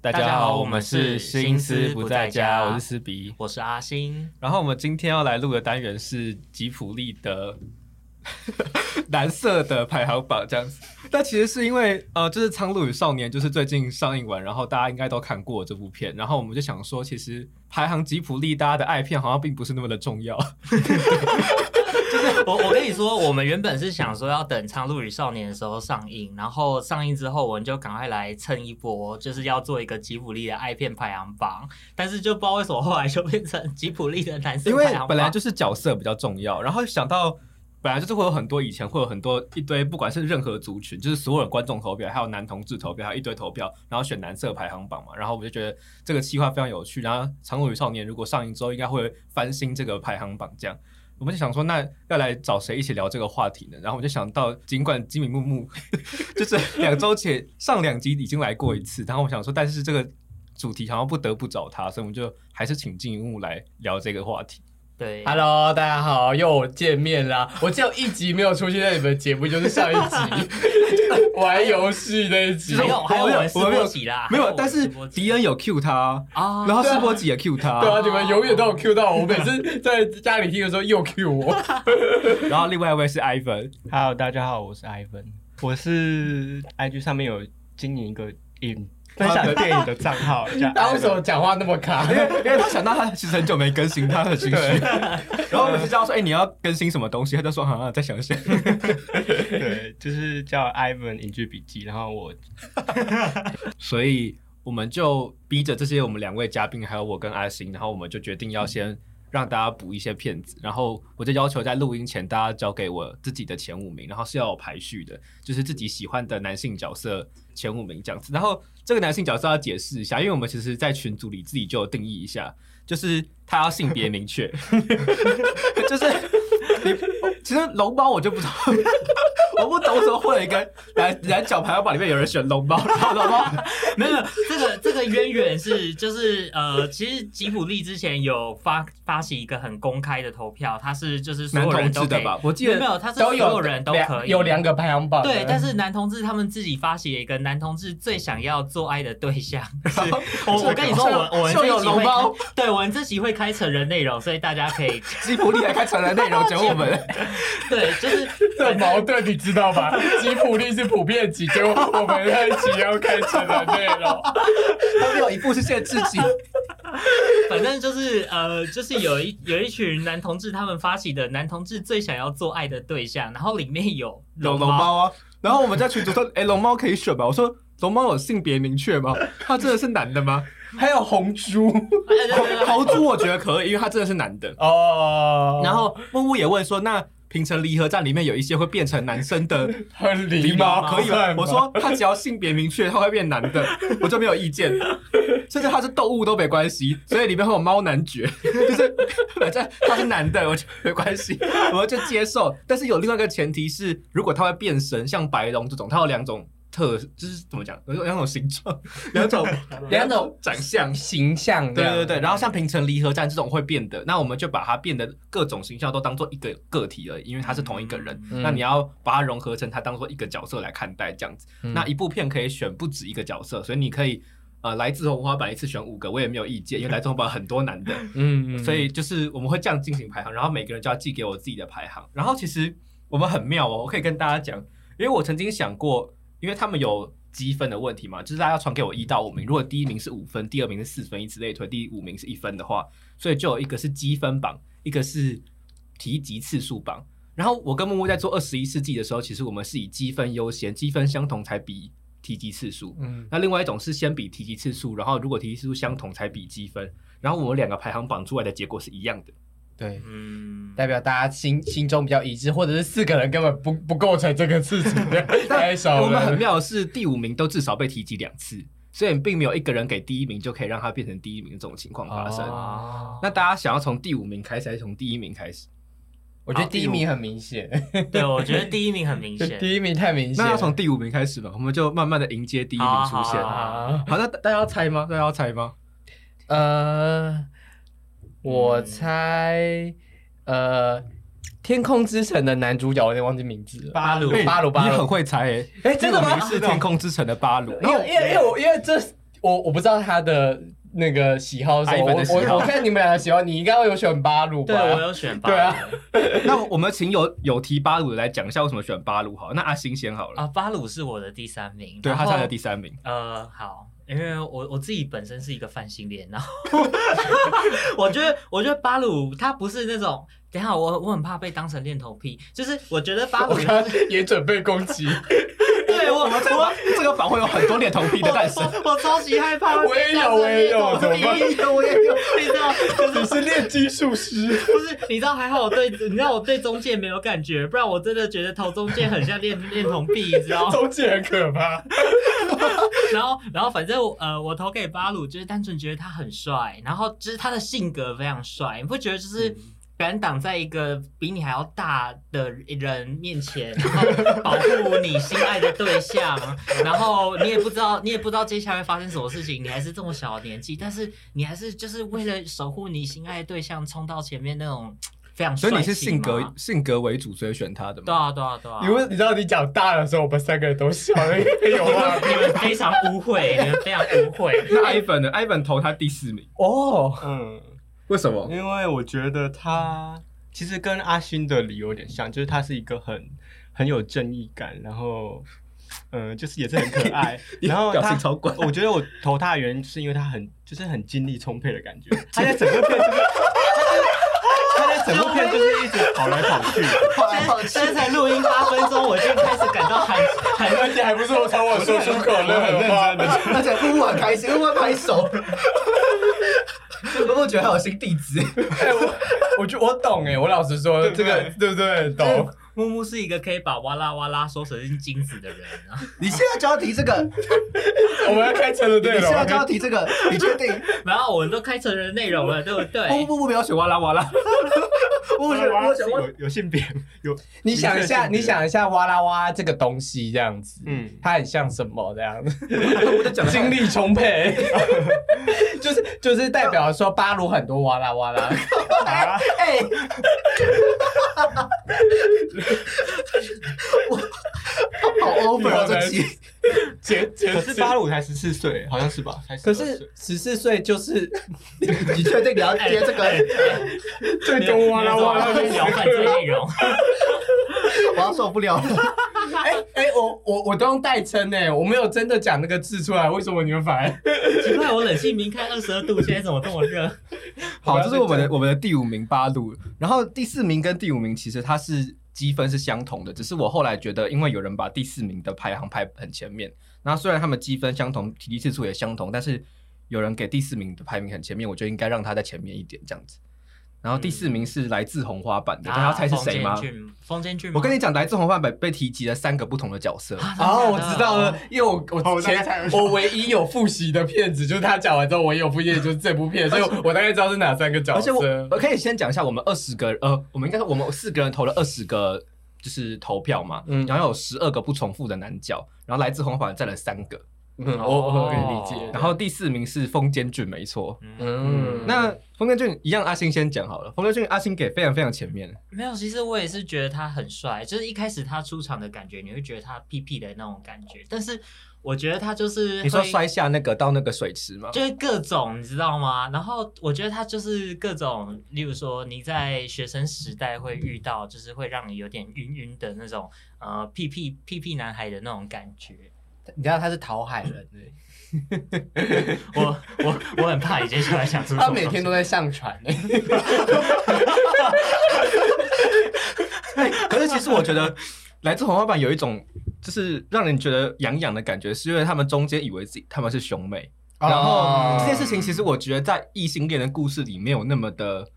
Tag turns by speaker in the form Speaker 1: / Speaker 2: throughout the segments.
Speaker 1: 大家好，我们是心思不在家，我是思比。
Speaker 2: 我是阿星，
Speaker 1: 然后我们今天要来录的单元是吉普力的 蓝色的排行榜这样子。但其实是因为呃，就是《苍鹭与少年》就是最近上映完，然后大家应该都看过这部片，然后我们就想说，其实排行吉普力大家的爱片好像并不是那么的重要。
Speaker 2: 我我跟你说，我们原本是想说要等《苍鹭与少年》的时候上映，然后上映之后我们就赶快来蹭一波，就是要做一个吉普力的爱片排行榜，但是就不知道为什么后来就变成吉普力的男生
Speaker 1: 因为
Speaker 2: 排行
Speaker 1: 本来
Speaker 2: 榜。
Speaker 1: 就是角色比较重要，然后想到本来就是会有很多以前会有很多一堆，不管是任何族群，就是所有的观众投票，还有男同志投票，还有一堆投票，然后选蓝色排行榜嘛。然后我就觉得这个计划非常有趣。然后《长鹭与少年》如果上映之后，应该会翻新这个排行榜这样。我们就想说，那要来找谁一起聊这个话题呢？然后我就想到，尽管吉米木木就是两周前上两集已经来过一次，然后我想说，但是这个主题好像不得不找他，所以我们就还是请金一木来聊这个话题。
Speaker 2: 对，
Speaker 3: Hello，大家好，又见面啦！我只有一集没有出现在你们节目，就是上一集 玩游戏那一集
Speaker 2: 还。有还有我
Speaker 1: 我没有
Speaker 2: 们斯
Speaker 1: 我没
Speaker 2: 波
Speaker 1: 有
Speaker 2: 吉啦，
Speaker 1: 没
Speaker 2: 啊还
Speaker 1: 有，
Speaker 2: 我们
Speaker 1: 但是
Speaker 2: 斯波吉
Speaker 1: 迪恩有 Q 他，
Speaker 2: 啊，
Speaker 1: 然后世博吉也 Q
Speaker 3: 对啊，
Speaker 1: 他，
Speaker 3: 你们永远都有 Q 到我，我每次在家里听的时候又 Q 我。
Speaker 1: 然后另外一位是 Ivan，
Speaker 4: Hello，大家好，我是 Ivan，我是 IG 上面有经营一个 影分享哦电影的账号，哦叫
Speaker 3: 他为什么讲话那么卡
Speaker 1: 因？为因为他想到他其实很久没更新他的情绪， 然后我们就叫他说，哎、你要更新什么东西？他就说，啊，再想想。
Speaker 4: 对，就是叫 Ivan 影剧笔记，然后我
Speaker 1: 所以我们就逼着这些我们两位嘉宾，还有我跟阿星，然后我们就决定要先让大家补一些片子，然后我就要求在录音前大家交给我自己的前五名，然后是要有排序的，就是自己喜欢的男性角色前五名这样子。然后这个男性角色要解释一下，因为我们其实在群组里自己就有定义一下，就是他要性别明确， 就是你哦其实龙猫我就不懂。 我不懂为什么会有一个蓝蓝角排行榜里面有人选龙猫，然后龙猫
Speaker 2: 没有，没有这个这个渊源是就是呃，其实吉普力之前有发发起一个很公开的投票，它是就是所
Speaker 1: 男
Speaker 2: 有
Speaker 1: 同
Speaker 2: 人
Speaker 1: 志
Speaker 2: 都
Speaker 1: 的
Speaker 2: 可以
Speaker 1: 吧？我记
Speaker 2: 没有没
Speaker 1: 得
Speaker 2: 有，他是
Speaker 3: 都
Speaker 2: 所
Speaker 3: 有
Speaker 2: 有人都可
Speaker 3: 两
Speaker 2: 以
Speaker 3: 有两个排行榜啊的。
Speaker 2: 对，但是男同志他们自己发起了一个男同志最想要做爱的对 象。是我我跟你说，我我们
Speaker 1: 就
Speaker 2: 这
Speaker 1: 有
Speaker 2: 一集
Speaker 1: 龙
Speaker 2: 会
Speaker 1: 猫
Speaker 2: 开，对，我们这集会开成人内容，所以大家可 以
Speaker 1: 吉普力来开成人内容讲我 们，
Speaker 2: 对，就是
Speaker 3: 这矛盾你知道吧？吉普力是普遍级，结果我们在一起要开成人内容。
Speaker 1: 他没有一部是限制 级。
Speaker 2: 反正就是呃，就是有一有一群男同志他们发起的男同志最想要做爱的对象，然后里面有
Speaker 1: 龙龙
Speaker 2: 猫。
Speaker 1: 猫啊。然后我们在群主说，哎、龙猫可以选吧？我说龙猫有性别明确吗？他真的是男的吗？
Speaker 3: 还有红猪
Speaker 2: 哎对对对
Speaker 1: 豪猪我觉得可以，因为他真的是男的。
Speaker 3: 哦，
Speaker 1: 然后木木也问说，那平成离合站里面有一些会变成男生的
Speaker 3: 很
Speaker 1: 狸
Speaker 3: 礼
Speaker 1: 猫
Speaker 3: 貌，
Speaker 1: 可以 吗？我说他只要性别明确，他会变男的， 我就没有意见。甚至他是动物都没关系，所以里面会有猫男爵， 就是反正他是男的，我就没关 系，我就接受。但是有另外一个前提是，如果他会变身，像白龙这种，他有两种特，就是怎么讲，有两种形 状，两种
Speaker 3: 两种
Speaker 1: 长相。
Speaker 3: 形象这
Speaker 1: 对啊
Speaker 3: 样，
Speaker 1: 对对，然后像平成离合战这种会变的，那我们就把它变得各种形象都当做一个个体而已，因为他是同一个人。
Speaker 3: 嗯
Speaker 1: 那你要把它融合成它当做一个角色来看待，这样子。
Speaker 3: 嗯
Speaker 1: 那一部片可以选不止一个角色，所以你可以呃，来自红花板一次选五个，我也没有意见，因为来自红花板很多男的，
Speaker 3: 嗯嗯
Speaker 1: 所以就是我们会这样进行排行，然后每个人就要寄给我自己的排行。然后其实我们很妙哦，我可以跟大家讲，因为我曾经想过，因为他们有。积分的问题嘛，就是大家要传给我一到五名，如果第一名是五分，第二名是四分，以此类推，第五名是一分的话，所以就有一个是积分榜，一个是提及次数榜。然后我跟木木在做二十一世纪的时候，其实我们是以积分优先，积分相同才比提及次数。
Speaker 3: 嗯
Speaker 1: 那另外一种是先比提及次数，然后如果提及次数相同才比积分。然后我们两个排行榜出来的结果是一样的。
Speaker 3: 对，
Speaker 2: 嗯，
Speaker 3: 代表大家心心中比较一致，或者是四个人根本不不构成这个事情 的，太少了。
Speaker 1: 哎我们很妙的是，第五名都至少被提及两次，所以并没有一个人给第一名就可以让他变成第一名的这种情况发生。
Speaker 3: 哦
Speaker 2: 啊，
Speaker 1: 那大家想要从第五名开始，还是从第一名开始？
Speaker 3: 我觉得第一名很明显，
Speaker 2: 对，我觉得第一名很明显。
Speaker 3: 第一名太明显
Speaker 1: 那
Speaker 3: 了。
Speaker 1: 要从第五名开始吧，我们就慢慢的迎接第一名出现。
Speaker 2: 好好好
Speaker 3: 啊，
Speaker 1: 好，那大家要猜吗？大家要猜吗？
Speaker 3: 呃，我猜，呃，《天空之城》的男主角我有点忘记名字了。
Speaker 2: 巴鲁
Speaker 1: 哎
Speaker 3: 巴鲁巴鲁
Speaker 1: 你很会猜诶、
Speaker 3: 哎，真的
Speaker 1: 第五
Speaker 3: 吗
Speaker 1: 名？是天空之城的巴鲁。
Speaker 3: 因
Speaker 1: 然后
Speaker 3: 为因为因为我因为这我我不知道他的那个喜好是什么，
Speaker 1: Ivan 的喜
Speaker 3: 我
Speaker 1: 好
Speaker 3: 我我看你们俩的喜好，你应该会有选八路
Speaker 2: 对我
Speaker 3: 吧？
Speaker 2: 有选八
Speaker 3: 对啊
Speaker 2: 路
Speaker 1: 那我们请有有提巴鲁的来讲一下为什么选巴鲁好了，那阿星先好了，
Speaker 2: 啊，巴鲁是我的第三名，
Speaker 1: 对
Speaker 2: 然
Speaker 1: 他
Speaker 2: 后
Speaker 1: 才在第三名，
Speaker 2: 呃，好，因为我我自己本身是一个泛性恋，然后我觉得我觉得巴鲁他不是那种，等一下我我很怕被当成恋童癖，就是我觉得巴
Speaker 3: 我
Speaker 2: 鲁
Speaker 3: 刚刚也准备攻击，
Speaker 2: 对我
Speaker 1: 这个这个房会有很多恋童癖的诞生。
Speaker 2: 我我我超级害怕，
Speaker 3: 我也有我也有怎么办
Speaker 2: 有，我也有，你知道，就是
Speaker 3: 只是练技术师。
Speaker 2: 不是，你知道还好我对，你知道我对中介没有感觉，不然我真的觉得投中介很像恋恋童癖，你知道吗？
Speaker 3: 中介很可怕，
Speaker 2: 然后，然后反正我呃，我投给巴鲁就是单纯觉得他很帅，然后就是他的性格非常帅，你不觉得
Speaker 1: 嗯
Speaker 2: 就是？敢挡在一个比你还要大的人面前，然后 保护你心爱的对象，然后你也不知道，你也不知道接下来会发生什么事情，你还是这么小的年纪，但是你还是就是为了守护你心爱的对象，冲到前面那种非常
Speaker 1: 所
Speaker 2: 帅
Speaker 1: 以
Speaker 2: 气嘛。
Speaker 1: 你是性格性格为主，所以选他的
Speaker 2: 对
Speaker 1: 吗？
Speaker 2: 啊，对啊，对啊！
Speaker 3: 你问你知道你讲大的时候，我们三个人都笑了，因为有啊画 面
Speaker 2: 你们非常污秽，你们非常污秽。
Speaker 1: 那 Ivan 呢？Ivan 投他第四名，
Speaker 3: 哦。
Speaker 4: 嗯，
Speaker 1: 为什么？
Speaker 4: 因为我觉得他其实跟阿勋的理由有点像，就是他是一个很很有正义感，然后嗯、呃就是也是很可爱，然后
Speaker 1: 表
Speaker 4: 他
Speaker 1: 情超怪
Speaker 4: 我觉得我投他的原因是因为他很就是很精力充沛的感觉，他在整个片就是。他在整部片就是一直跑来跑去，
Speaker 2: 现在才录音八分钟，我就开始感到寒寒
Speaker 3: 而且还不是我朝我说出口的话，
Speaker 1: 而且呼呼很开心，呼呼在拍手。我觉得还有新地址，
Speaker 3: 哎我我觉我懂哎，我老实说，
Speaker 4: 对不
Speaker 3: 这
Speaker 4: 对
Speaker 3: 个对不对？ 懂。
Speaker 2: 木木是一个可以把哇啦哇啦说成是金子的人啊，
Speaker 5: 你现在就要提这个，
Speaker 3: 我们要开车的
Speaker 5: 你
Speaker 3: 对
Speaker 5: 现在就要
Speaker 3: 了，
Speaker 5: 提这个，你 确定？
Speaker 2: 然后我们都开成人内容了，对不
Speaker 1: 不
Speaker 2: 对？
Speaker 1: 不不，不要选哇啦哇啦，
Speaker 5: 我想，我想问，
Speaker 4: 有有性别有，
Speaker 3: 你想一下，你想一下，哇啦哇这个东西这样子，
Speaker 4: 嗯，
Speaker 3: 它很像什么这样子？
Speaker 1: 我在讲的
Speaker 3: 精力充 沛，就是就是代表说巴鲁很多哇啦哇 啦，
Speaker 4: 啊，
Speaker 5: 哎，我好 over 啊这期，
Speaker 3: 简
Speaker 4: 可
Speaker 3: 简
Speaker 4: 是八鲁才十四岁，好像是吧？才
Speaker 3: 可
Speaker 4: 12岁
Speaker 3: 是十四岁 就是
Speaker 5: 你确定你要接这个？
Speaker 3: 最多哇啦哇啦的
Speaker 2: 摇摆这内容，
Speaker 5: 我要受不了了。
Speaker 3: 哎哎、我我我都用代称哎、我没有真的讲那个字出来，为什么你们反而？
Speaker 2: 奇怪，我冷气明开二十二度，现在怎么这么热？
Speaker 1: 好，这是我们的我们的第五名八路，然后第四名跟第五名其实它是积分是相同的，只是我后来觉得，因为有人把第四名的排行排很前面，那虽然他们积分相同，体力次数也相同，但是有人给第四名的排名很前面，我就应该让他在前面一点这样子。然后第四
Speaker 2: 嗯
Speaker 1: 名是来自红花版的，大家猜是谁吗
Speaker 2: 风？间啊俊，风间俊吗，
Speaker 1: 我跟你讲，来自红花版被提及了三个不同的角色。
Speaker 2: 啊
Speaker 3: 哦，我知
Speaker 2: 真的假
Speaker 3: 道，了
Speaker 2: 的，
Speaker 3: 因为我
Speaker 1: 哦
Speaker 3: 我前我唯一有复习的片子就是他讲完之后，我也有复习，就是这部片，所以我大概知道是哪三个角
Speaker 1: 而且我
Speaker 3: 色。
Speaker 1: 我可以先讲一下，我们二十个呃，我们应该说我们四个人投了二十个就是投票嘛，
Speaker 3: 嗯
Speaker 1: 然后有十二个不重复的男角，然后来自红法占了三个，
Speaker 3: 嗯，
Speaker 2: 哦
Speaker 3: 我我可以理解。
Speaker 1: 然后第四名是风间俊，没错。
Speaker 2: 嗯，
Speaker 3: 嗯，
Speaker 1: 那风间俊一样，阿星先讲好了。风间俊阿星给非常非常前面，
Speaker 2: 没有，其实我也是觉得他很帅，就是一开始他出场的感觉，你会觉得他屁屁的那种感觉，但是我觉得他就是
Speaker 1: 你说
Speaker 2: 会
Speaker 1: 摔下那个到那个水池吗？
Speaker 2: 就是各种，你知道吗？然后我觉得他就是各种，例如说你在学生时代会遇到，就是会让你有点晕晕的那种，呃，屁屁屁屁男孩的那种感觉。
Speaker 3: 你知道他是讨海人欸
Speaker 2: 我我我很怕你接下来想出什么
Speaker 3: 他
Speaker 2: 东西。
Speaker 3: 每天都在上船欸
Speaker 1: 哎可是其实我觉得来自红花版有一种就是让人觉得痒痒的感觉，是因为他们中间以为自己他们是兄妹， 然后
Speaker 3: 哦
Speaker 1: 这件事情，其实我觉得在异性恋的故事里没有那么的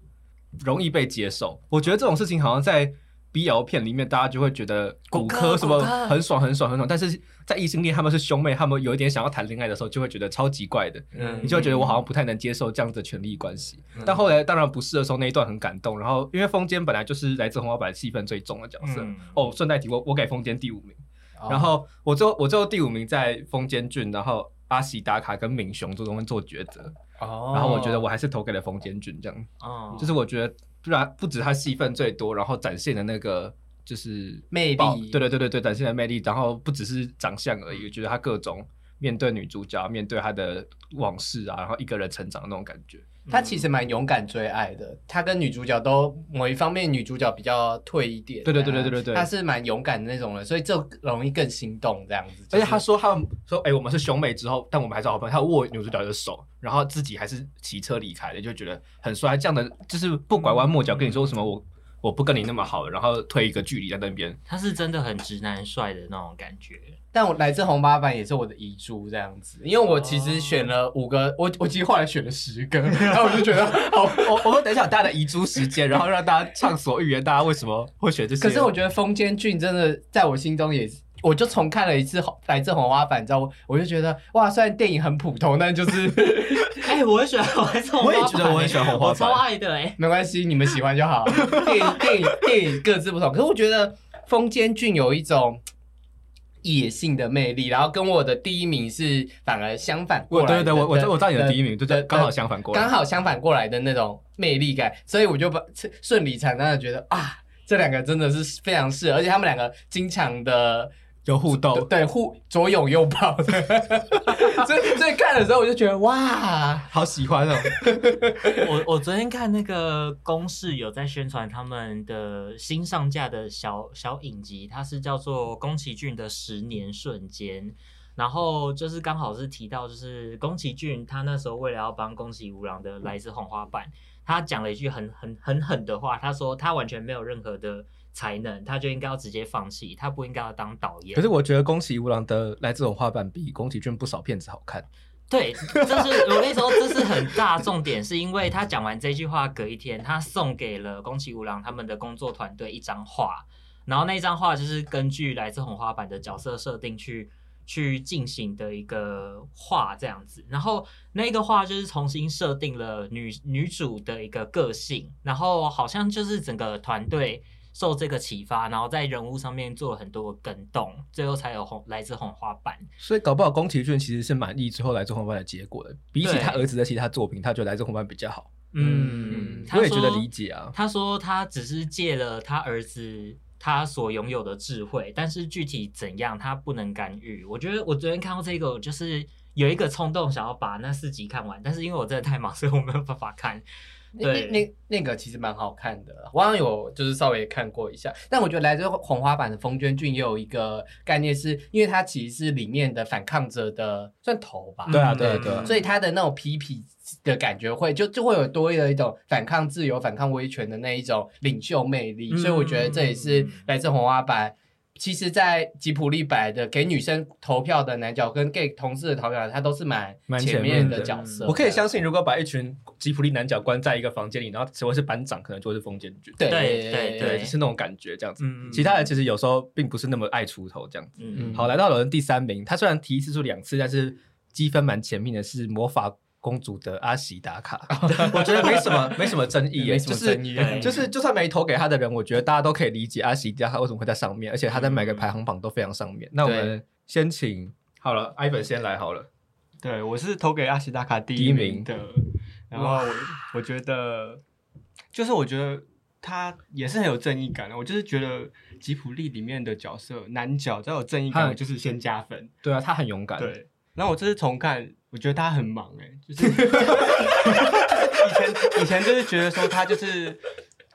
Speaker 1: 容易被接受。我觉得这种事情好像在 BL 片里面，大家就会觉得骨科什么很爽很爽很爽，但是在异性恋他们是兄妹，他们有一点想要谈恋爱的时候，就会觉得超级怪的。
Speaker 3: 嗯
Speaker 1: 你就会觉得我好像不太能接受这样子的权利关系。但后来当然不是的时候，那一段很感动。然后因为风间本来就是来自红花白戏份最重的角色。
Speaker 2: 嗯
Speaker 1: 哦，顺带提我我给风间第五名，
Speaker 3: 哦嗯
Speaker 1: 然后我最后我最后第五名在风间俊，然后阿喜打卡跟敏雄做中间做抉择。
Speaker 3: 哦
Speaker 1: 然后我觉得我还是投给了冯坚俊，这样、
Speaker 2: 哦
Speaker 1: 就是我觉得不然不止他戏份最多，然后展现的那个就是
Speaker 3: 魅力
Speaker 1: 爆对对对对对，展现的魅力，然后不只是长相而已，我觉得他各种面对女主角，面对她的往事啊，然后一个人成长的那种感觉。
Speaker 3: 他其实蛮勇敢追爱的，他跟女主角都某一方面女主角比较退一点，
Speaker 1: 对对对对对对对
Speaker 3: 他是蛮勇敢的那种人，所以就容易更心动这样子。
Speaker 1: 而且
Speaker 3: 就
Speaker 1: 他
Speaker 3: 是
Speaker 1: 说他们说，哎、我们是兄妹之后，但我们还是好朋友。他握女主角的手，然后自己还是骑车离开的，就觉得很帅。这样的就是不拐弯抹角跟你说什
Speaker 3: 嗯
Speaker 1: 么我我不跟你那么好，然后推一个距离在那 边。
Speaker 2: 他是真的很直男帅的那种感觉。
Speaker 3: 但我来自红八版也是我的遗珠这样子，因为我其实选了五个，我我其实后来选了十个， 然后我就觉得 好。
Speaker 1: 我我们等一下有大家的遗珠时间，然后让大家畅所欲言，大家为什么会选这些？
Speaker 3: 可是我觉得风间俊真的在我心中也是。我就重看了一次《来自红花版》之后，我就觉得哇，虽然电影很普通，但就是
Speaker 2: 哎、我很喜欢红花板，
Speaker 1: 我也觉得我很喜欢红花板
Speaker 2: 我超爱的哎、
Speaker 3: 没关系，你们喜欢就 好。电影、电影、电影各自不同，可是我觉得风间俊有一种野性的魅力，然后跟我的第一名是反而相反过
Speaker 1: 我
Speaker 3: 来
Speaker 1: 对对对，我我知我知道你的第一
Speaker 3: 名，
Speaker 1: 名，就
Speaker 3: 对
Speaker 1: 是
Speaker 3: 对
Speaker 1: 刚好相反过来。
Speaker 3: 刚好相反过来的那种魅力感，所以我就把顺理成章的觉得啊，这两个真的是非常适合，而且他们两个经常的
Speaker 1: 有互动，
Speaker 3: 对互左拥右抱 的，所以所以看的时候我就觉得哇，
Speaker 1: 好喜欢 哦。
Speaker 2: 我我昨天看那个公视有在宣传他们的新上架的小小影集，它是叫做宫崎骏的十年瞬间。然后就是刚好是提到，就是宫崎骏他那时候为了要帮宫崎吾郎的《来自红花坂》，他讲了一句很很很狠的话，他说他完全没有任何的才能，他就应该要直接放弃，他不应该要当导演。
Speaker 1: 可是我觉得宫崎吾郎的《来自红花瓣》比宫崎骏不少片子好看。
Speaker 2: 对，这是我跟你说，这是很大的重点，是因为他讲完这句话，隔一天他送给了宫崎吾郎他们的工作团队一张画，然后那张画就是根据来自红花版的角色设定去去进行的一个画这样子，然后那个画就是重新设定了女女主的一个个性，然后好像就是整个团队。受这个启发，然后在人物上面做了很多跟动，最后才有红来自红花版。
Speaker 1: 所以搞不好宫崎骏其实是满意最后《来自红瓣》的结果的，比起
Speaker 2: 对
Speaker 1: 他儿子的其他作品，他觉得《来自红瓣》比较好。
Speaker 2: 嗯，他
Speaker 1: 我也觉得
Speaker 2: 说
Speaker 1: 理解啊。
Speaker 2: 他说他只是借了他儿子他所拥有的智慧，但是具体怎样他不能干预。我觉得我昨天看到这个，我就是有一个冲动想要把那四集看完，但是因为我真的太忙，所以我没有办法看。
Speaker 3: 那那
Speaker 2: 对
Speaker 3: 那那个其实蛮好看的，我好像有就是稍微看过一下，但我觉得来自红花版的风娟俊也有一个概念是，因为他其实是里面的反抗者的算头吧，
Speaker 2: 嗯
Speaker 1: 对啊，对啊，对啊。
Speaker 3: 所以他的那种皮皮的感觉会就就会有多了一种反抗自由、反抗威权的那一种领袖魅力，
Speaker 2: 嗯
Speaker 3: 所以我觉得这也是来自红花白。其实，在吉普力白的给女生投票的男角跟 gay 同志的投票，他都是蛮
Speaker 1: 蛮
Speaker 3: 前
Speaker 1: 前
Speaker 3: 面
Speaker 1: 面
Speaker 3: 的
Speaker 1: 的嗯
Speaker 3: 角色。
Speaker 1: 我可以相信，如果把一群吉普力男角关在一个房间里，然后谁会是班长，可能就会是风间俊。
Speaker 3: 对
Speaker 2: 对对
Speaker 1: 对，就是那种感觉这样子。
Speaker 2: 嗯，
Speaker 1: 其他人其实有时候并不是那么爱出头这样子。
Speaker 2: 嗯
Speaker 3: 嗯
Speaker 1: 好，来到了人第三名，他虽然提次数两次，但是积分蛮前面的是魔法公主的阿喜达卡， 我觉得没什么没什么争 议耶，
Speaker 3: 没什么
Speaker 1: 就是
Speaker 3: 争议
Speaker 2: 对
Speaker 1: 就是就算没投给他的人，我觉得大家都可以理解啊阿喜达卡为什么会在上面，而且他在每个排行榜都非常上面。那我们先请好了，艾粉先来好了。
Speaker 4: 对，我是投给阿西达卡第
Speaker 1: 第
Speaker 4: 一
Speaker 1: 一
Speaker 4: 名
Speaker 1: 名
Speaker 4: 的。然后我我觉得，就是我觉得他也是很有正义感的。我就是觉得吉普力里面的角色男角只要有正义感，
Speaker 1: 他
Speaker 4: 我就是先加分。
Speaker 1: 对啊，他很勇敢。，
Speaker 4: 对，然后我这次重看，我觉得他很忙哎、就是 就是以前以前就是觉得说他就是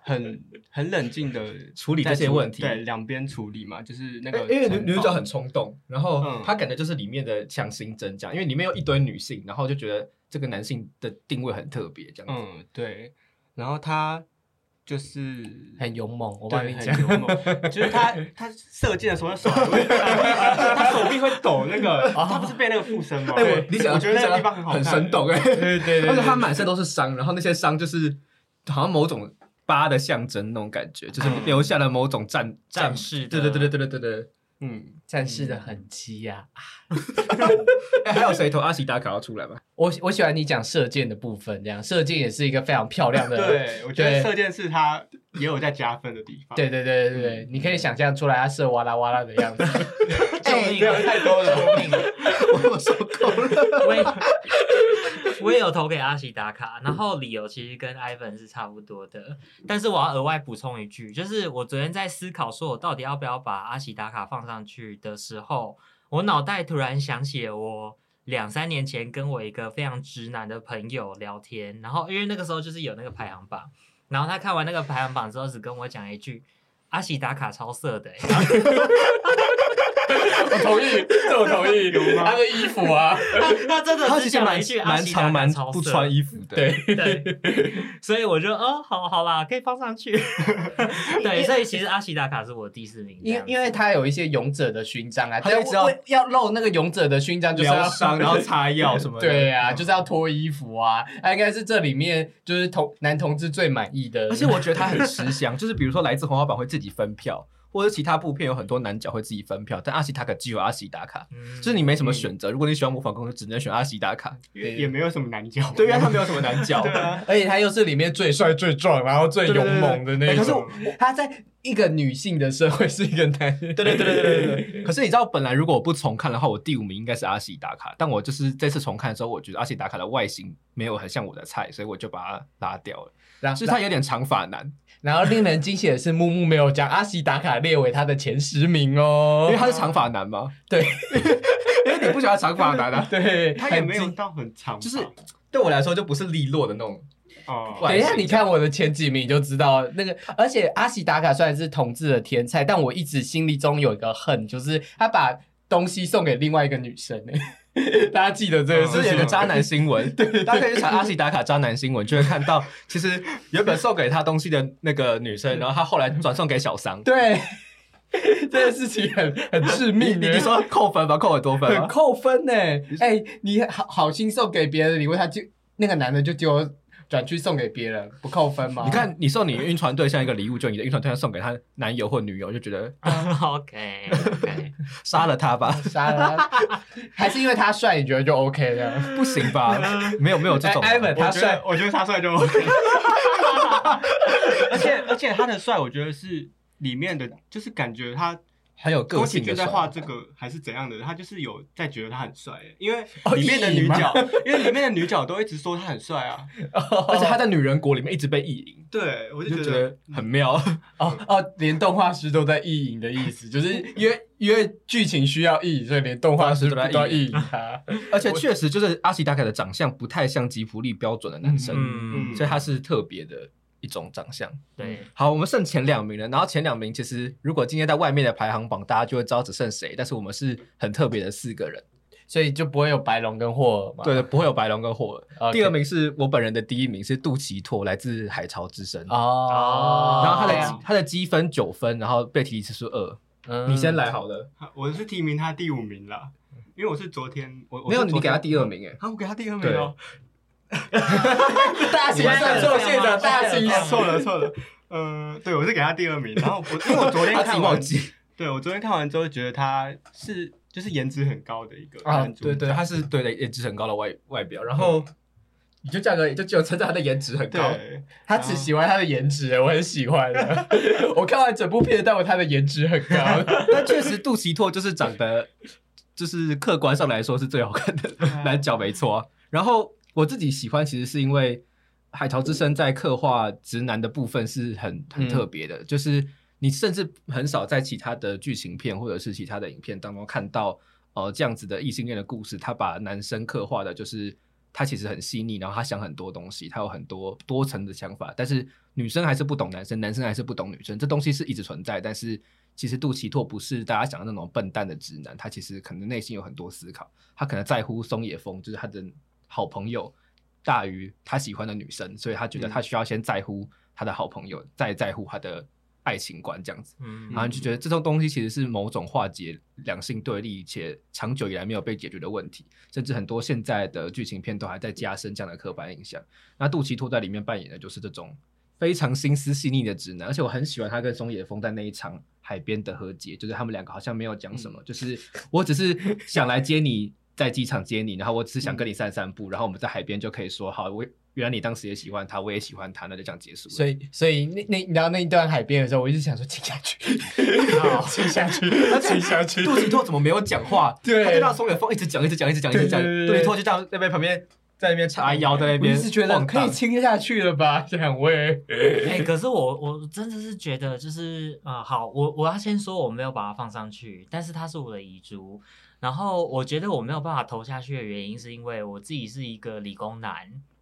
Speaker 4: 很很冷静的
Speaker 1: 处理这些问题哎
Speaker 4: 对两边处理嘛，就是那个
Speaker 1: 因为女
Speaker 4: 城
Speaker 1: 女主
Speaker 4: 堡
Speaker 1: 角很冲动，然后
Speaker 4: 嗯
Speaker 1: 她感觉就是里面的强心针这样，因为里面有一堆女性，然后就觉得这个男性的定位很特别这样子。
Speaker 4: 嗯对，然后他就是
Speaker 3: 很勇猛，我
Speaker 4: 我
Speaker 3: 帮你讲。
Speaker 4: 很勇 猛，就是他他射箭的时候手还会，他手臂会抖那个，
Speaker 3: 哦
Speaker 4: 他不是被那个附身吗？
Speaker 1: 哎、我你想，
Speaker 4: 我觉得
Speaker 1: 你
Speaker 4: 那
Speaker 1: 想到
Speaker 4: 个地方很好
Speaker 1: 很
Speaker 4: 看，
Speaker 1: 生动哎、
Speaker 4: 对对对，
Speaker 1: 而且他满身都是伤，然后那些伤就是好像某种疤的象征那种感觉，就是
Speaker 4: 嗯
Speaker 1: 留下了某种嗯战
Speaker 2: 战士
Speaker 1: 对
Speaker 2: 的
Speaker 1: 对对对对对对对。
Speaker 4: 嗯，
Speaker 3: 战士的痕迹呀、
Speaker 1: 哎、还有谁投阿西达卡要出来吗？
Speaker 3: 我我喜欢你讲射箭的部分，这样射箭也是一个非常漂亮的。
Speaker 4: 对，我觉得
Speaker 3: 对
Speaker 4: 射箭是他也有在加分的地方。
Speaker 3: 对对对对对，你可以想象出来他射哇啦哇啦的样子。
Speaker 2: 救命
Speaker 4: 没有
Speaker 2: 啊！
Speaker 4: 太多了。
Speaker 2: 救命啊！
Speaker 5: 我受够了。
Speaker 2: 我也我也有投给阿西达卡，然后理由其实跟 Ivan 是差不多的，但是我要额外补充一句，就是我昨天在思考说我到底要不要把阿西达卡放上去的时候，我脑袋突然想起了我两三年前跟我一个非常直男的朋友聊天，然后因为那个时候就是有那个排行榜，然后他看完那个排行榜之后，只跟我讲一句：“阿喜打卡超色的、欸。”
Speaker 3: 我同意，这我同意。 他的衣服啊，
Speaker 2: 他他真的
Speaker 1: 他其
Speaker 2: 只
Speaker 1: 实
Speaker 2: 讲了
Speaker 1: 蛮
Speaker 2: 一句阿
Speaker 1: 蛮
Speaker 2: 喜
Speaker 1: 长
Speaker 2: 打卡
Speaker 1: 蛮
Speaker 2: 超色，
Speaker 1: 不穿衣服 的，对，
Speaker 2: 对，所以我就哦，好好啦，可以放上去。对，所以其实阿西达卡是我的第四名。
Speaker 3: 因因为他有一些勇者的勋章啊，
Speaker 1: 他就
Speaker 3: 但
Speaker 1: 知道
Speaker 3: 为要露那个勇者的勋章就是
Speaker 1: 疗
Speaker 3: 要
Speaker 1: 伤然后擦药什么的，
Speaker 3: 对啊，就是要脱衣服啊，他应该是这里面就是同男同志最满意的。
Speaker 1: 而且我觉得他很吃香，就是比如说来自红花版会自己分票，或者其他部片有很多男角会自己分票，但阿西达卡只有阿西达卡，
Speaker 2: 嗯
Speaker 1: 就是你没什么选择。如果你喜欢模仿公司，只能选阿西达卡。
Speaker 4: 也也没有什么难教。
Speaker 1: 对，因为他没有什么男角。
Speaker 4: 对啊，
Speaker 3: 而且他又是里面最帅、最壮，然后最
Speaker 1: 对对
Speaker 3: 勇猛的那
Speaker 1: 哎
Speaker 3: 种。
Speaker 1: 可是
Speaker 3: 他在一个女性的社会是一个男
Speaker 1: 对
Speaker 3: 人。
Speaker 1: 对对对对对对。可是你知道，本来如果我不重看的话，我第五名应该是阿西达卡，但我就是这次重看的时候，我觉得阿西达卡的外形没有很像我的菜，所以我就把它拉掉了。
Speaker 3: 然
Speaker 1: 就是
Speaker 3: 后
Speaker 1: 他有点长发男，
Speaker 3: 然后令人惊喜的是，木木没有将阿西达卡列为他的前十名哦，
Speaker 1: 因为他是长发男嘛。
Speaker 3: 对，
Speaker 1: 因为你不喜欢长发男啊。
Speaker 3: 对
Speaker 4: 他也没有到很长吧，
Speaker 1: 就是 对我来说就不是利落的那种。
Speaker 4: 哦，
Speaker 1: 外
Speaker 3: 等一下，
Speaker 1: 形
Speaker 3: 你看我的前几名你就知道那个，而且阿喜达卡虽然是同志的天才，但我一直心里中有一个恨，就是他把东西送给另外一个女生、欸 大家记得这个
Speaker 1: 之前
Speaker 3: 事情
Speaker 1: 有个
Speaker 3: 吗？
Speaker 1: 渣男新闻， 大家可以去查阿西达卡渣男新闻，就会看到，其实原本送给他东西的那个女生，然后他后来转送给小桑。
Speaker 3: 对， 这个事情很很
Speaker 1: 你
Speaker 3: 致命、
Speaker 1: 你
Speaker 3: 欸，
Speaker 1: 你说扣分吧，扣很多分
Speaker 3: 很
Speaker 1: 吧。
Speaker 3: 扣分呢、欸？哎、你好好心送给别人的礼物，他就那个男的就丢转去送给别人，不扣分吗？
Speaker 1: 你 看，你送你晕船对象一个礼物，就你的晕船对象送给他男友或女友，就觉得
Speaker 2: OK OK，
Speaker 1: 杀了他吧，
Speaker 3: 杀了 他，还是因为他帅，你觉得就 OK 了？
Speaker 1: 不行吧？没有没有这种。
Speaker 3: 哎，Ivan，
Speaker 4: 我
Speaker 3: 他
Speaker 4: 觉
Speaker 3: 帅
Speaker 4: 得，我觉得他帅就 OK。而且而且他的帅，我觉得是里面的，就是感觉他
Speaker 1: 很有
Speaker 4: 宫
Speaker 1: 个
Speaker 4: 崎
Speaker 1: 性
Speaker 4: 骏
Speaker 1: 的
Speaker 4: 在
Speaker 1: 帅
Speaker 4: 画这个还是怎样的，他就是有在觉得他很帅，因为
Speaker 3: 哦
Speaker 4: 里面的
Speaker 3: 意淫
Speaker 4: 女
Speaker 3: 吗
Speaker 4: 角， 因为里面的女角都一直说他很帅啊。
Speaker 1: 而且他在女人国里面一直被意淫，
Speaker 4: 对，我
Speaker 1: 我
Speaker 4: 就
Speaker 1: 就
Speaker 4: 觉
Speaker 1: 觉
Speaker 4: 得
Speaker 1: 得很妙。
Speaker 3: 哦哦，连动画师都在意淫的意思，就是因为因为剧情需要意淫，所以连动画师都在意淫他。
Speaker 1: 而且确实就是阿西达卡的长相不太像吉普力标准的男生，
Speaker 2: 嗯，
Speaker 1: 所以他是特别的一种长相。
Speaker 2: 对，
Speaker 1: 好，我们剩前两名了。然后前两名其实如果今天在外面的排行榜，大家就会知道只剩谁。但是我们是很特别的四个人，
Speaker 3: 所以就不会有白龙跟霍尔嘛。
Speaker 1: 对的，不会有白龙跟霍尔。
Speaker 3: OK，
Speaker 1: 第二名是我本人的第一名是杜奇拓，来自海潮之声。
Speaker 3: 哦，
Speaker 1: 然后他的、
Speaker 3: 对啊
Speaker 1: 他的积分九分，然后被提次数二。
Speaker 3: 嗯
Speaker 1: 你先来好了，
Speaker 4: 我是提名他第五名啦，因为我是昨天我我
Speaker 1: 没有
Speaker 4: 是昨
Speaker 1: 你给
Speaker 4: 天
Speaker 1: 他第二名哎。
Speaker 4: 啊，我给他第二名哦，
Speaker 3: 大型算错，现场大型
Speaker 2: 对
Speaker 4: 啊错了错了，嗯，对我是给他第二名，然后 我因为我昨天
Speaker 1: 他自己
Speaker 4: 看完
Speaker 1: 忘，记
Speaker 4: 对我昨天看完之后觉得他是就是颜值很高的一个
Speaker 3: 啊
Speaker 4: 男主角，嗯
Speaker 1: 对对，他是对的颜值很高的外外表，然后你就价格就只有称赞他的颜值很高，
Speaker 4: 对，嗯
Speaker 3: 他只喜欢他的颜
Speaker 1: 欸
Speaker 3: 值，我很喜欢 的。我看完整部片，但我他的颜值很高。
Speaker 1: 但确实杜奇拓就是长得，就是客观上来说是最好看的
Speaker 4: 嗯
Speaker 1: 男角，没错啊、然后我自己喜欢，其实是因为《海潮之声》在刻画直男的部分是很很特别的，就是你甚至很少在其他的剧情片或者是其他的影片当中看到，呃，这样子的异性恋的故事，他把男生刻画的就是。他其实很细腻，然后他想很多东西，他有很多多层的想法，但是女生还是不懂男生，男生还是不懂女生，这东西是一直存在。但是其实杜奇拓不是大家想的那种笨蛋的直男，他其实可能内心有很多思考，他可能在乎松野枫，就是他的好朋友大于他喜欢的女生，所以他觉得他需要先在乎他的好朋友，再在乎他的爱情观这样子。
Speaker 2: 嗯
Speaker 1: 然后就觉得这种东西其实是某种化解两性对立且长久以来没有被解决的问题，甚至很多现在的剧情片都还在加深这样的刻板印象。那杜琪拓在里面扮演的就是这种非常心思细腻的直男，而且我很喜欢他跟松野枫在那一场海边的和解，就是他们两个好像没有讲什么， 就是我只是想来接你。在机场接你，然后我只是想跟你散散步，然后我们在海边就可以说好，我原来你当时也喜欢他，我也喜欢他，那就这样结束了。
Speaker 3: 所以，所以那那你知道那一段海边的时候，我一直想说亲下去，亲下去，亲下 去。
Speaker 1: 杜琪拓怎么没有讲话？
Speaker 3: 对
Speaker 1: 他就让松野枫一直讲，一直讲，一直讲，一直讲。
Speaker 3: 对对对
Speaker 1: 杜琪拓就这样在被旁边
Speaker 3: 在那边
Speaker 1: 叉腰哎在那边
Speaker 3: 我是觉得
Speaker 1: 晃
Speaker 3: 可
Speaker 1: 荡
Speaker 3: 以亲下去了吧？这样我也
Speaker 2: 哎、可是我我真的是觉得，就是啊、呃好，我我要先说我没有把它放上去，但是它是我的遗珠。然后我觉得我没有办法投下去的原因，是因为我自己是一个理工男，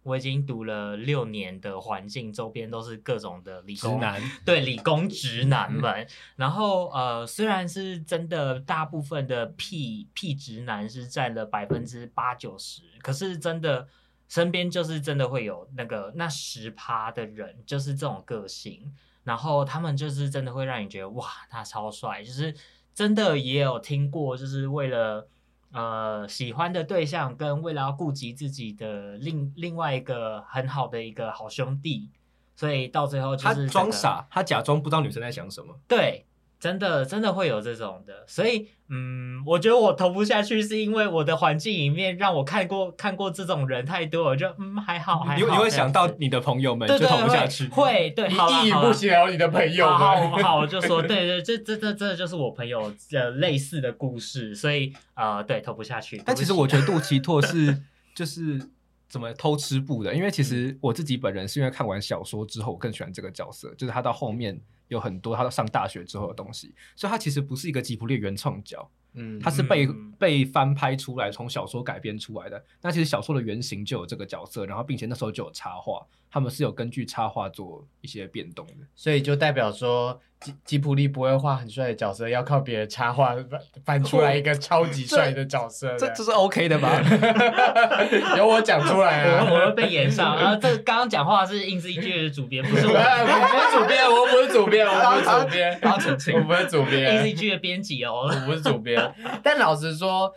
Speaker 2: 我已经读了六年的环境，周边都是各种的理
Speaker 1: 直
Speaker 2: 工
Speaker 1: 男，
Speaker 2: 对理工直男
Speaker 1: 嗯
Speaker 2: 们。然后呃，虽然是真的大部分的屁屁直男是占了百分之八九十，可是真的身边就是真的会有那个那十趴的人，就是这种个性。然后他们就是真的会让你觉得哇，他超帅，就是真的也有听过，就是为了呃喜欢的对象跟为了要顾及自己的另另外一个很好的一个好兄弟，所以到最后就
Speaker 1: 他
Speaker 2: 是
Speaker 1: 装
Speaker 2: 整个
Speaker 1: 傻，他假装不知道女生在想什么。
Speaker 2: 对，真的真的会有这种的，所以嗯，我觉得我投不下去，是因为我的环境里面让我看过看过这种人太多，我就嗯还好还好，
Speaker 1: 你你会想到
Speaker 2: 这样子
Speaker 1: 你的朋友们
Speaker 2: 对
Speaker 1: 就
Speaker 2: 对
Speaker 1: 投不下
Speaker 2: 会
Speaker 1: 去，
Speaker 2: 会对，好啦
Speaker 3: 你亦
Speaker 2: 好啦
Speaker 3: 不了你的朋友
Speaker 2: 好好
Speaker 3: 们。
Speaker 2: 好，我就 说，对对，这这这这就是我朋友呃类似的故事，所以呃，对，投不下去。
Speaker 1: 但其实
Speaker 2: 对不
Speaker 1: 我
Speaker 2: 起
Speaker 1: 觉得肚脐拓是 就是怎么偷吃步的，因为其实我自己本人是因为看完小说之后，我更喜欢这个角色，就是他到后面有很多他到上大学之后的东西，所以他其实不是一个吉卜力原创角，
Speaker 3: 嗯
Speaker 1: 他是被、
Speaker 2: 嗯
Speaker 1: 被翻拍出来，从小说改编出来的。那其实小说的原型就有这个角色，然后并且那时候就有插画，他们是有根据插画做一些变动的。
Speaker 3: 所以就代表说吉吉普力不会画很帅的角色，要靠别人插画翻翻出来一个超级帅的角色。
Speaker 1: 这这是 OK 的吧？
Speaker 3: 由我讲出来
Speaker 2: 我我
Speaker 3: 啊！
Speaker 2: 会被演上，然后这刚刚讲话是硬是一句的主编，不 是我，
Speaker 3: 我不是主编，我不是主 编，我不是主编，
Speaker 1: 他澄清
Speaker 3: 我不是主
Speaker 2: 硬是一
Speaker 3: 编，
Speaker 2: 句的编辑
Speaker 3: 我
Speaker 2: 哦。
Speaker 3: 不是主编。但老实说，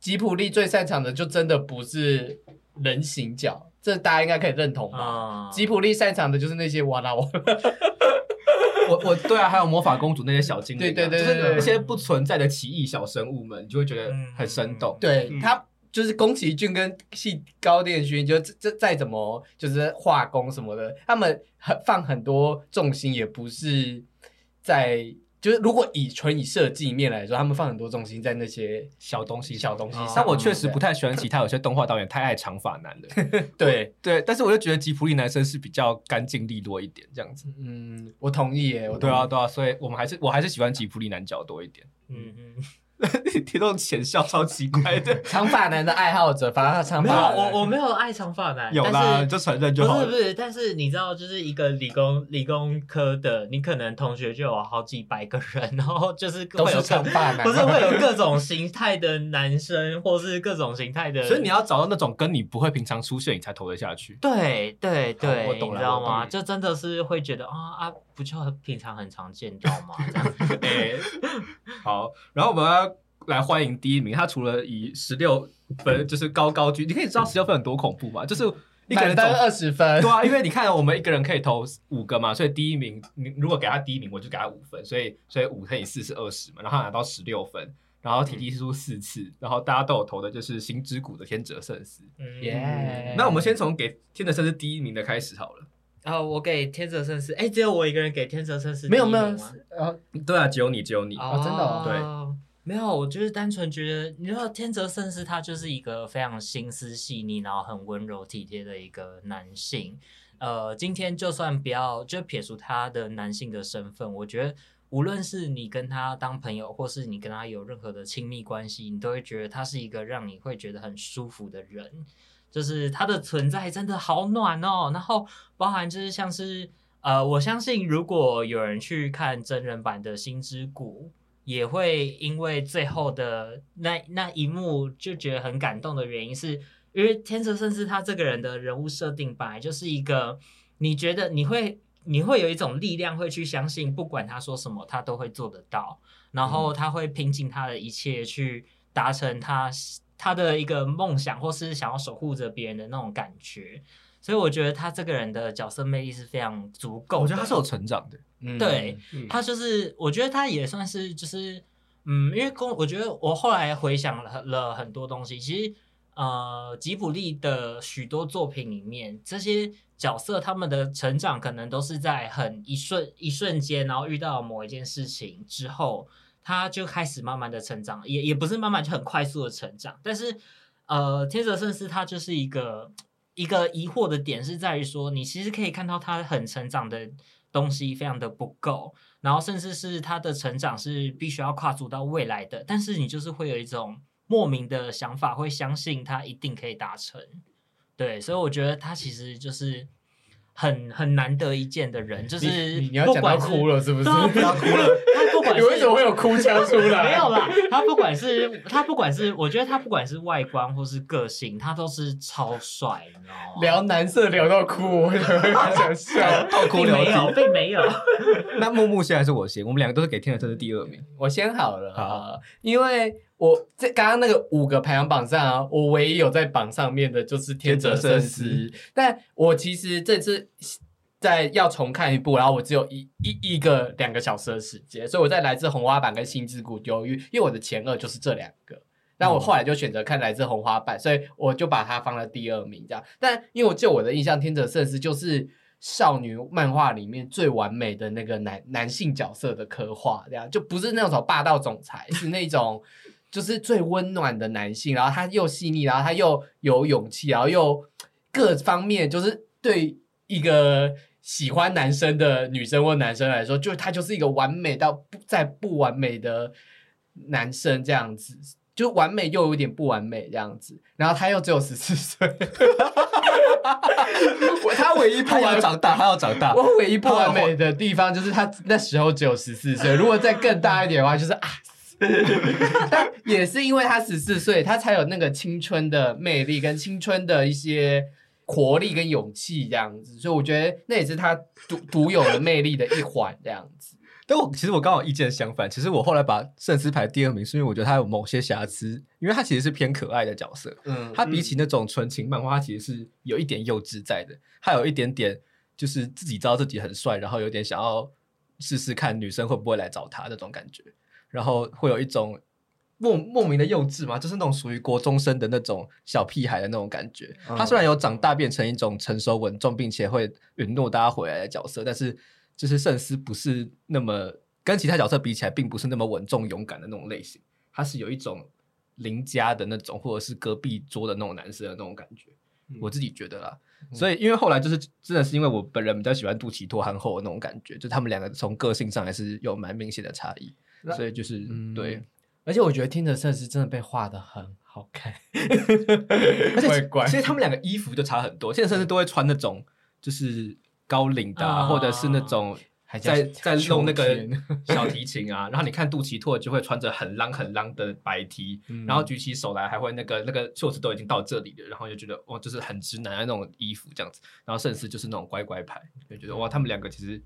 Speaker 3: 吉普力最擅长的就真的不是人形脚，这大家应该可以认同吧？
Speaker 2: 啊
Speaker 3: 吉普力擅长的就是那些哇啦哇啦，
Speaker 1: 我我对啊，还有魔法公主那些小精灵啊、
Speaker 3: 对对对
Speaker 1: 就是
Speaker 3: 对
Speaker 1: 那些不存在的奇异小生物们，你就会觉得很生动。
Speaker 3: 对、
Speaker 4: 嗯
Speaker 3: 他就是宫崎骏跟系高电勋，就这这再怎么就是画工什么的，他们很放很多重心，也不是在就是如果以纯以设计面来说，他们放很多重心在那些
Speaker 1: 小东西，
Speaker 3: 小东西上
Speaker 1: 但我确实不太喜欢其他有些动画导演太爱长发男 了。
Speaker 3: 对，
Speaker 1: 对，但是我就觉得吉普力男生是比较干净利落一点这样子。
Speaker 3: 嗯，我同意耶，我同
Speaker 1: 对
Speaker 3: 意
Speaker 1: 啊，，对啊，所以我们还是我还是喜欢吉普力男角多一点。
Speaker 2: 嗯嗯，
Speaker 1: 听到浅笑超奇怪 的，
Speaker 3: 长发男的爱好者，反而他长
Speaker 2: 没有，
Speaker 3: 发男
Speaker 2: 我我没有爱长发男，
Speaker 1: 有
Speaker 2: 但
Speaker 1: 啦，
Speaker 2: 是
Speaker 1: 就承认就
Speaker 2: 不
Speaker 1: 好
Speaker 2: 是不
Speaker 1: 了。
Speaker 2: 是，但是你知道，就是一个理工理工科的，你可能同学就有好几百个人，然后就是
Speaker 3: 都
Speaker 2: 会有
Speaker 3: 是
Speaker 2: 各
Speaker 3: 长发男，
Speaker 2: 不是会有各种形态的男生，或是各种形态的，
Speaker 1: 所以你要找到那种跟你不会平常出现，你才投得下 去。
Speaker 2: 对对对，
Speaker 1: 我懂了
Speaker 2: 你知道
Speaker 1: 我懂
Speaker 2: 吗？
Speaker 1: 了
Speaker 2: 就真的是会觉得啊啊，不就平常很常见到吗？这 样子
Speaker 1: 哎，好，然后我们要来欢迎第一名，他除了以十六分就是高高居，你可以知道十六分有多恐怖嘛？就是一个
Speaker 3: 满
Speaker 1: 人走
Speaker 3: 分二十分
Speaker 1: 对，啊，因为你看我们一个人可以投五个嘛，所以第一名你如果给他第一名，我就给他五分，所以所以五乘以四是二十嘛，然后他拿到十六分，然
Speaker 2: 嗯
Speaker 1: 后提提出四次，然后大家都有投的就是星之谷的天泽圣司。
Speaker 2: 嗯
Speaker 3: 耶
Speaker 1: 那我们先从给天泽圣司第一名的开始好了。
Speaker 2: 啊，我给天泽圣司，哎，只有我一个人给天泽圣司
Speaker 3: 没有
Speaker 2: 第一
Speaker 3: 没有
Speaker 2: 名吗，
Speaker 3: 呃，
Speaker 1: 对啊，只有你，只有你。
Speaker 3: 哦真的哦
Speaker 2: 对。没有，我就是单纯觉得，你知道天泽圣司他就是一个非常心思细腻，然后很温柔体贴的一个男性。呃，今天就算不要，就撇除他的男性的身份，我觉得无论是你跟他当朋友，或是你跟他有任何的亲密关系，你都会觉得他是一个让你会觉得很舒服的人。就是他的存在真的好暖哦，然后包含就是像是呃，我相信如果有人去看真人版的《星之谷》，也会因为最后的那那一幕就觉得很感动的原因是，因为天泽圣司他这个人的人物设定本来就是一个，你觉得你会你会有一种力量会去相信，不管他说什么，他都会做得到，然
Speaker 1: 嗯
Speaker 2: 后他会拼尽他的一切去达成他他的一个梦想，或是想要守护着别人的那种感觉。所以我觉得他这个人的角色魅力是非常足够的。
Speaker 1: 我觉得他是有成长的，
Speaker 3: 嗯
Speaker 2: 对，
Speaker 1: 嗯
Speaker 2: 他就是，我觉得他也算是就是，嗯，因为公，我觉得我后来回想了了很多东西，其实呃，吉卜力的许多作品里面，这些角色他们的成长可能都是在很一瞬一瞬间，然后遇到某一件事情之后，他就开始慢慢的成长，也也不是慢慢就很快速的成长，但是呃，天泽圣司他就是一个一个疑惑的点是在于说，你其实可以看到他很成长的东西非常的不够，然后甚至是他的成长是必须要跨足到未来的，但是你就是会有一种莫名的想法，会相信他一定可以达成。对，所以我觉得他其实就是很很难得一见的人，就
Speaker 3: 你
Speaker 2: 是
Speaker 3: 你你要
Speaker 2: 不
Speaker 3: 讲到
Speaker 2: 管是
Speaker 3: 哭了是不是？
Speaker 2: 对啊不要哭 了，他不管
Speaker 3: 你
Speaker 2: 是
Speaker 3: 为什么会有哭腔出 来？
Speaker 2: 没有啦，他不管是他不管是，我觉得他不管是外观或是个性，他都是超帅，你知道吗？
Speaker 3: 聊男色聊到哭，我好想笑。
Speaker 1: 痛哭
Speaker 2: 并
Speaker 1: 流
Speaker 2: 没有，
Speaker 1: 涕。
Speaker 2: 并 没有。
Speaker 1: 那木木先还是我先？我们两个都是给天的，这是第二名。
Speaker 3: 我先好了，
Speaker 1: 好
Speaker 3: 好，因为我这刚刚那个五个排行榜上啊，我唯一有在榜上面的就是天泽圣司，但我其实这次在要重看一部，然后我只有一一一个两个小时的时间，所以我在《来自红花坂》跟《心之谷忧郁》，因为我的前二就是这两个。那我后来就选择看《来自红花坂》，所以我就把它放在第二名这样。但因为我就我的印象，天泽圣司就是少女漫画里面最完美的那个男男性角色的刻画，这样就不是那种霸道总裁，是那种就是最温暖的男性，然后他又细腻，然后他又有勇气，然后又各方面就是对一个。喜欢男生的女生或男生来说，就他就是一个完美到不在不完美的男生这样子，就完美又有点不完美这样子，然后他又只有十四岁，我他唯一不
Speaker 1: 他
Speaker 3: 完
Speaker 1: 要长大， 他要长大。
Speaker 3: 我唯一不完美的地方就是他那时候只有十四岁，如果再更大一点的话，就是啊。但也是因为他十四岁，他才有那个青春的魅力跟青春的一些活力跟勇气这样子，所以我觉得那也是他独独有的魅力的一环这样子。
Speaker 1: 但我其实我刚好意见相反，其实我后来把圣斯排第二名，是因为我觉得他有某些瑕疵，因为他其实是偏可爱的角色。
Speaker 3: 嗯，
Speaker 1: 他比起那种纯情漫画，他其实是有一点幼稚在的，他有一点点就是自己知道自己很帅，然后有点想要试试看女生会不会来找他那种感觉，然后会有一种莫莫名的幼稚嘛，就是那种属于国中生的那种小屁孩的那种感觉。他虽然有长大变成一种成熟稳重并且会允诺大家回来的角色，但是就是圣斯不是那么跟其他角色比起来，并不是那么稳重勇敢的那种类型。他是有一种邻家的那种，或者是隔壁桌的那种男生的那种感觉，
Speaker 3: 嗯
Speaker 1: 我自己觉得啦。所以，因为后来就是真的是因为我本人比较喜欢杜琪托和后的那种感觉，就他们两个从个性上还是有蛮明显的差异
Speaker 3: 那，
Speaker 1: 所以就是、
Speaker 3: 嗯
Speaker 1: 对，
Speaker 3: 而且我觉得听着圣司真的被画的很好看，
Speaker 1: 而且
Speaker 3: 怪怪
Speaker 1: 其实他们两个衣服就差很多，现在甚至都会穿那种就是高领的、
Speaker 2: 啊
Speaker 1: 或者是那种
Speaker 3: 还叫
Speaker 1: 在在弄那
Speaker 3: 秋
Speaker 1: 个
Speaker 3: 天
Speaker 1: 小提琴啊，然后你看杜琪拓就会穿着很浪很浪的白 T，、
Speaker 3: 嗯
Speaker 1: 然后举起手来还会那个那个袖子都已经到这里了，然后就觉得哇，就是很直男的那种衣服这样子，然后甚至就是那种乖乖牌，就觉得哇，他们两个其实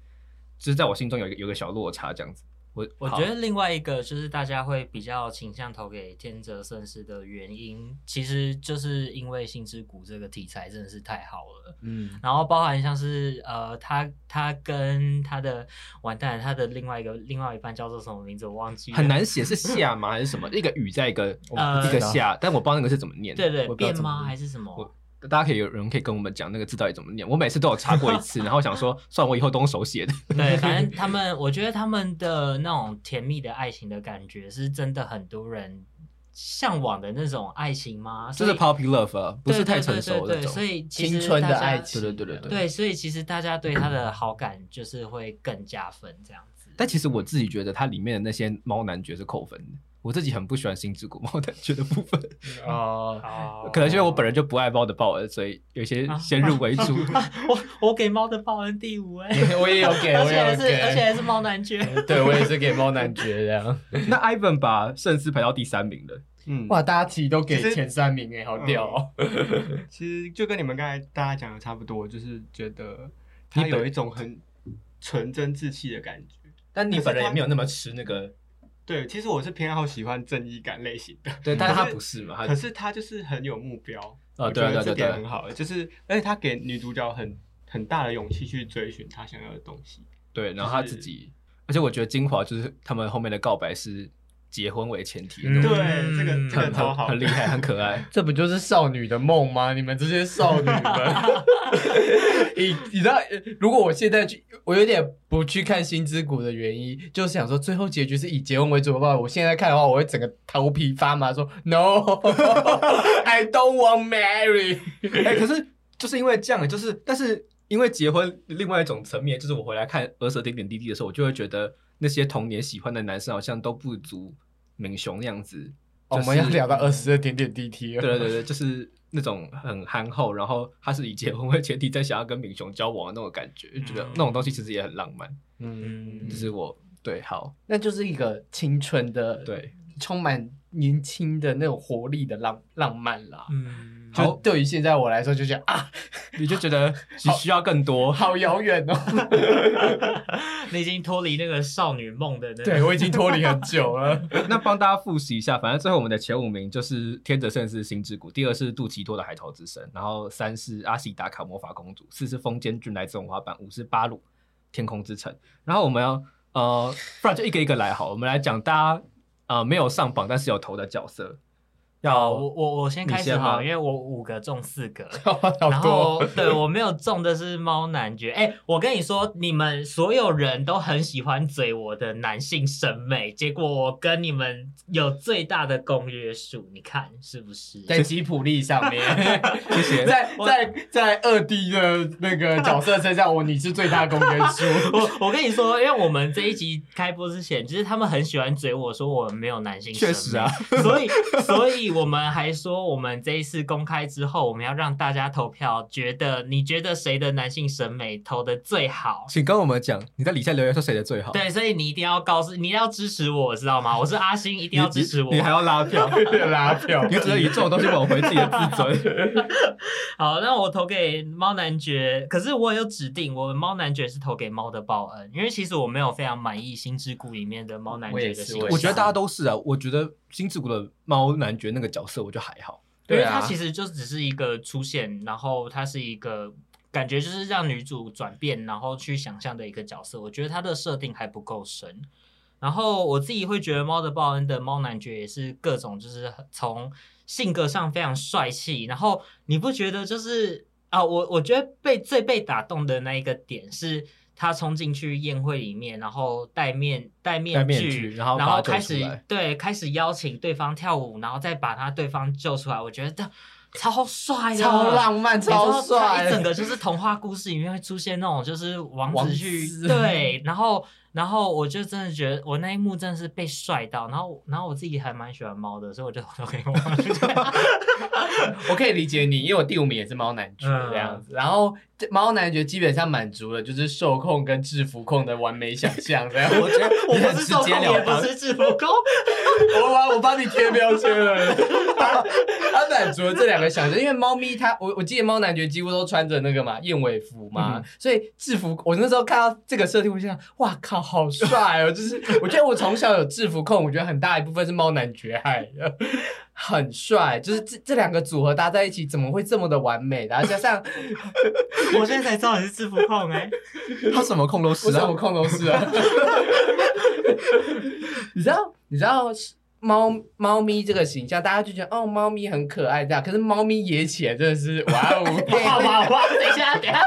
Speaker 1: 就是在我心中有一个有一个小落差这样子。我
Speaker 2: 我
Speaker 1: 好
Speaker 2: 觉得另外一个就是大家会比较倾向投给天泽圣司的原因，其实就是因为《星之谷》这个题材真的是太好了。
Speaker 3: 嗯，
Speaker 2: 然后包含像是呃，他他跟他的完蛋了，他的另外一个另外一半叫做什么名字我忘记了，
Speaker 1: 很难写是夏吗还是什么？一个雨在一个
Speaker 2: 呃
Speaker 1: 一个夏，但我不知道那个是怎么念的。
Speaker 2: 对对
Speaker 1: 我不知道
Speaker 2: 变
Speaker 1: 怎么
Speaker 2: 吗
Speaker 1: 念
Speaker 2: 还是什么
Speaker 1: 我？大家可以有人可以跟我们讲那个字到底怎么念。我每次都有查过一次，然后想说，算了我以后都用手写的。
Speaker 2: 对，反正他们，我觉得他们的那种甜蜜的爱情的感觉，是真的很多人向往的那种爱情吗？
Speaker 1: 就
Speaker 2: 所以
Speaker 1: 是 puppy love，啊不是
Speaker 2: 对
Speaker 1: 太
Speaker 2: 对
Speaker 1: 成
Speaker 2: 对
Speaker 1: 熟的
Speaker 2: 对
Speaker 1: 那
Speaker 2: 对，所
Speaker 1: 种。
Speaker 2: 以其
Speaker 3: 青
Speaker 2: 实
Speaker 3: 春
Speaker 2: 大
Speaker 3: 的
Speaker 2: 家
Speaker 3: 爱情，
Speaker 1: 对对对对
Speaker 2: 对，所以其实大家对他的好感就是会更加分这样子。
Speaker 1: 但其实我自己觉得它里面的那些猫男爵是扣分的。我自己很不喜欢新之谷猫男爵的部分，
Speaker 3: 哦，
Speaker 2: 哦
Speaker 1: 可能是因为我本人就不爱猫的报恩，所以有一些先入为主。
Speaker 2: 我我给猫的报恩第五哎、
Speaker 3: 我也有给，
Speaker 2: 而
Speaker 3: 我
Speaker 2: 且
Speaker 3: 也
Speaker 2: 还
Speaker 3: 有
Speaker 2: 是
Speaker 3: 给，
Speaker 2: 而且还是猫男爵。
Speaker 3: 对我也是给猫男爵这样。
Speaker 1: 那 Ivan 把圣斯排到第三名了，
Speaker 4: 嗯，
Speaker 3: 哇，大家其实都给
Speaker 4: 其实
Speaker 3: 前三名哎，
Speaker 1: 嗯
Speaker 3: 好屌哦！
Speaker 4: 其实就跟你们刚才大家讲的差不多，就是觉得他
Speaker 1: 你本
Speaker 4: 有一种很纯真稚气的感觉。
Speaker 1: 但你
Speaker 4: 本人也没
Speaker 1: 有那么吃那个，
Speaker 4: 对，其实我是偏好喜欢正义感类型的，
Speaker 1: 对，但是
Speaker 4: 可
Speaker 1: 他
Speaker 4: 是
Speaker 1: 不是嘛，
Speaker 4: 可
Speaker 1: 他
Speaker 4: 是他就是很有目标
Speaker 1: 啊
Speaker 4: 我
Speaker 1: 对
Speaker 4: 觉
Speaker 1: 啊
Speaker 4: 得
Speaker 1: 对啊
Speaker 4: 这
Speaker 1: 对啊
Speaker 4: 点很好，欸就是而且他给女主角很很大的勇气去追寻她想要的东西。
Speaker 1: 对，然后他自己，而且我觉得精华就是他们后面的告白是结婚为前提的
Speaker 2: 嗯
Speaker 1: 那种，
Speaker 4: 对，这个这个
Speaker 1: 很
Speaker 4: 超
Speaker 1: 很
Speaker 4: 好，
Speaker 1: 很厉 害，很可爱。
Speaker 3: 这不就是少女的梦吗？你们这些少女 们，你你知道，呃如果我现在去，我有点不去看《星之谷》的原因，就是想说最后结局是以结婚为主的话，我现在看的话，我会整个头皮发麻说 ，No，I don't want marry。
Speaker 1: 哎、可是就是因为这样，就是但是因为结婚，另外一种层面就是我回来看儿时的点点滴滴的时候，我就会觉得那些童年喜欢的男生好像都不足敏雄那样子。
Speaker 3: 哦
Speaker 1: 就
Speaker 3: 我
Speaker 1: 是
Speaker 3: 们要聊到二十的点点滴滴了。
Speaker 1: 对对对对，就是那种很憨厚，然后他是以结婚为前提在想要跟敏雄交往的那种感觉，就觉得那种东西其实也很浪漫。
Speaker 3: 嗯
Speaker 1: 就，是我对好
Speaker 3: 那就是一个青春的，，
Speaker 1: 对
Speaker 3: 充满年轻的那种活力的浪浪漫啦。
Speaker 2: 嗯，
Speaker 3: 就
Speaker 1: 好
Speaker 3: 对于现在我来说，就觉得啊，
Speaker 1: 你就觉得需需要更多。
Speaker 3: 好遥远哦。
Speaker 2: 你已经脱离那个少女梦的那
Speaker 3: 对，我已经脱离很久了。
Speaker 1: 那帮大家复习一下，反正最后我们的前五名就是天泽圣司星之谷，第二是杜琪多的海潮之神，然后三是阿西达卡魔法公主，四是风间俊来自动滑板，五是巴鲁天空之城。然后我们要呃，不然就一个一个来好，我们来讲大家呃没有上榜但是有投的角色。
Speaker 2: 好
Speaker 1: 要
Speaker 2: 我我我先
Speaker 1: 你
Speaker 2: 开始
Speaker 1: 先
Speaker 2: 好，
Speaker 1: 吗
Speaker 2: 因为我五个中四个，然
Speaker 3: 好
Speaker 2: 后
Speaker 3: 多，
Speaker 2: 对我没有中的是猫男爵。哎、我跟你说，你们所有人都很喜欢嘴我的男性审美，结果我跟你们有最大的公约数，你看是不是？
Speaker 3: 在吉普力上 面，
Speaker 1: 谢谢。
Speaker 3: 在在在二 D 的那个角色身上，我你是最大公约 数。
Speaker 2: 我我跟你说，因为我们这一集开播之前，就是他们很喜欢嘴我说我没有男性审美，
Speaker 1: 确实啊
Speaker 2: 所以所以我们还说，我们这一次公开之后，我们要让大家投票，觉得你觉得谁的男性审美投的最好？
Speaker 1: 请跟我们讲，你在底下留言说谁的最好？
Speaker 2: 对，所以你一定要告诉，你一定要支持我，知道吗？我是阿星，一
Speaker 1: 你，
Speaker 2: 定要支持我
Speaker 1: 你。你还要拉 票，
Speaker 3: 拉票，
Speaker 1: 你只能以这种东西挽回自己的自尊。
Speaker 2: 好，那我投给猫男爵，可是我有指定，我猫男爵是投给猫的报恩，因为其实我没有非常满意《新之谷》里面的猫男
Speaker 3: 我
Speaker 2: 爵
Speaker 3: 也
Speaker 2: 的
Speaker 3: 是
Speaker 2: 形
Speaker 3: 我也
Speaker 1: 我
Speaker 3: 是
Speaker 1: 觉得大家都是啊，我觉得金之谷的猫男爵那个角色，我觉得还好。
Speaker 2: 因为
Speaker 3: 对啊
Speaker 2: 它其实就只是一个出现，然后它是一个感觉就是让女主转变，然后去想象的一个角色。我觉得它的设定还不够深。然后我自己会觉得《猫的报恩》的猫男爵也是各种就是很从性格上非常帅气，然后你不觉得就是啊，我我觉得被最被打动的那一个点是。他冲进去宴会里面，然后戴面戴面
Speaker 1: 戴
Speaker 2: 具，
Speaker 1: 面具然后把他
Speaker 2: 开
Speaker 1: 救出
Speaker 2: 始
Speaker 1: 来
Speaker 2: 对开始邀请对方跳舞，然后再把他对方救出来。我觉得超帅的，
Speaker 3: 超浪漫，
Speaker 2: 你知道
Speaker 3: 超
Speaker 2: 它一整
Speaker 3: 帅。
Speaker 2: 个就是童话故事里面会出现那种就是王
Speaker 3: 王
Speaker 2: 子去
Speaker 3: 子
Speaker 2: 对，然后然后我就真的觉得我那一幕真的是被帅到，然后然后我自己还蛮喜欢猫的，所以我就投给我。
Speaker 3: 我可以理解你，因为我第五名也是猫男爵
Speaker 2: 嗯
Speaker 3: 这样子。然后这猫男爵基本上满足了就是受控跟制服控的完美想象， 这样。
Speaker 1: 我觉得
Speaker 2: 我
Speaker 1: 你很
Speaker 2: 不是
Speaker 1: 直
Speaker 2: 受控，
Speaker 1: 截
Speaker 2: 也
Speaker 1: 了
Speaker 2: 不
Speaker 1: 当。
Speaker 2: 是制服控，
Speaker 3: 我把我帮你贴标签了。 他他满足了这两个小象，因为猫咪它，我我记得猫男爵几乎都穿着那个嘛燕尾服嘛，
Speaker 1: 嗯
Speaker 3: 所以制服我那时候看到这个设定，我就想，哇靠，好帅哦！就是我觉得我从小有制服控，我觉得很大一部分是猫男爵害的， 很帅。就是这这两个组合搭在一起，怎么会这么的完美？然后加上
Speaker 2: 我现在才知道你是 制服控 哎、
Speaker 1: 他什么控都
Speaker 3: 我
Speaker 1: 是
Speaker 3: 什
Speaker 1: 啊
Speaker 3: 么。控都是啊。你知道， 你知道猫猫咪这个形象，大家就觉得哦，猫咪很可爱这样。可是猫咪野起来真的 是哇哦，
Speaker 2: 哇哇哇！等一下，等一下，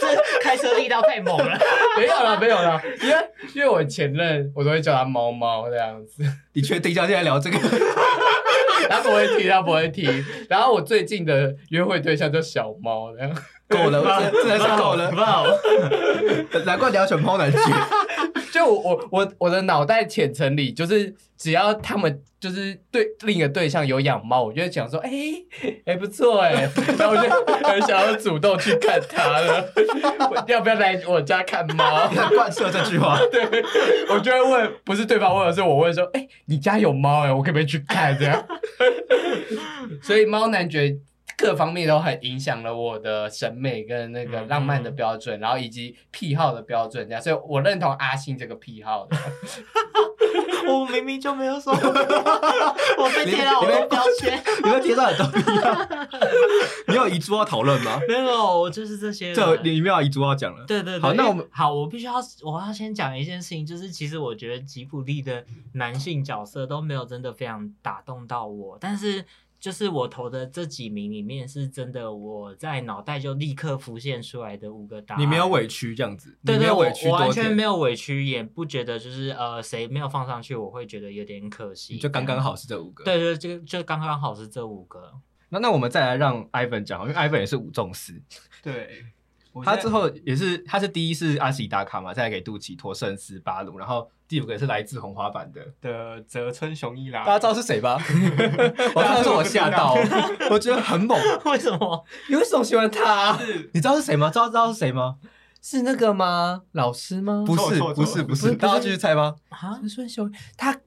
Speaker 2: 这开车力道太猛了。
Speaker 3: 没有了没有了，因为因为我前任我都会叫它猫猫这样子，
Speaker 1: 你确定要现在聊 这个？
Speaker 3: 它不会踢它不会踢。然后我最近的约会对象叫小猫这样。
Speaker 1: 够了，真真的是够了。 难怪聊选猫男爵。
Speaker 3: 就我我我我的脑袋浅层里，就是只要他们就是对另一个对象有养猫，我就会想说，哎、 哎、不错哎、然后我就 很想要主动去看它了， 我要不要来我家看猫？
Speaker 1: 他贯彻这句话，
Speaker 3: 对，我就会问，不是对方问，而是我问说，哎、你家有猫哎、我可不可以去看？这样， 所以猫男爵各方面都很影响了我的审美跟那个浪漫的标准，然后以及癖好的标准，这样，所以我认同阿信这个癖好的。
Speaker 2: 我明明就没有说， 我被贴了好
Speaker 1: 你
Speaker 2: 多
Speaker 1: 被
Speaker 2: 标签。
Speaker 1: 你们贴上很都一样。你有有遗珠要讨论吗？
Speaker 2: 没有，就是这些人。
Speaker 1: 这你没有遗珠要讲了。
Speaker 2: 对对对，
Speaker 1: 好那
Speaker 2: 因为
Speaker 1: 我们
Speaker 2: 好，我必须要，我要先讲一件事情，就是其实我觉得吉卜力的男性角色都没有真的非常打动到我，但是就是我投的这几名里面，是真的我在脑袋就立刻浮现出来的五个答案。
Speaker 1: 你没有委屈这样子，
Speaker 2: 对
Speaker 1: 你没
Speaker 2: 对，
Speaker 1: 有
Speaker 2: 我
Speaker 1: 委屈
Speaker 2: 我完
Speaker 1: 多
Speaker 2: 全没
Speaker 1: 点，
Speaker 2: 有委屈，也不觉得就是呃谁没有放上去，我会觉得有点可惜。
Speaker 1: 你就刚刚
Speaker 2: 好。
Speaker 1: 好是这五个。
Speaker 2: 对对，就就刚刚好是这五 个。
Speaker 1: 那那我们再来让 Ivan 讲好，因为 Ivan 也是五中四，
Speaker 4: 对，我
Speaker 1: 他
Speaker 4: 现在
Speaker 1: 之后也是他是第一是阿西达卡嘛，再来给杜奇托圣斯巴鲁，然后第五个是来自红花板的，
Speaker 4: 的泽村雄一啦，
Speaker 1: 大家知道是谁吧？ 我看到是我吓 到，我觉得很猛，
Speaker 2: 为什么？
Speaker 3: 你为什么喜欢他、
Speaker 1: 你知道是谁吗？知道知道是谁吗？
Speaker 3: 是那个吗？老师吗？
Speaker 1: 不是
Speaker 4: 错错
Speaker 1: 不是
Speaker 4: 错
Speaker 1: 不
Speaker 3: 不
Speaker 1: 是，
Speaker 3: 是
Speaker 1: 大家继续猜吗？
Speaker 2: 啊？
Speaker 3: 陈顺雄，他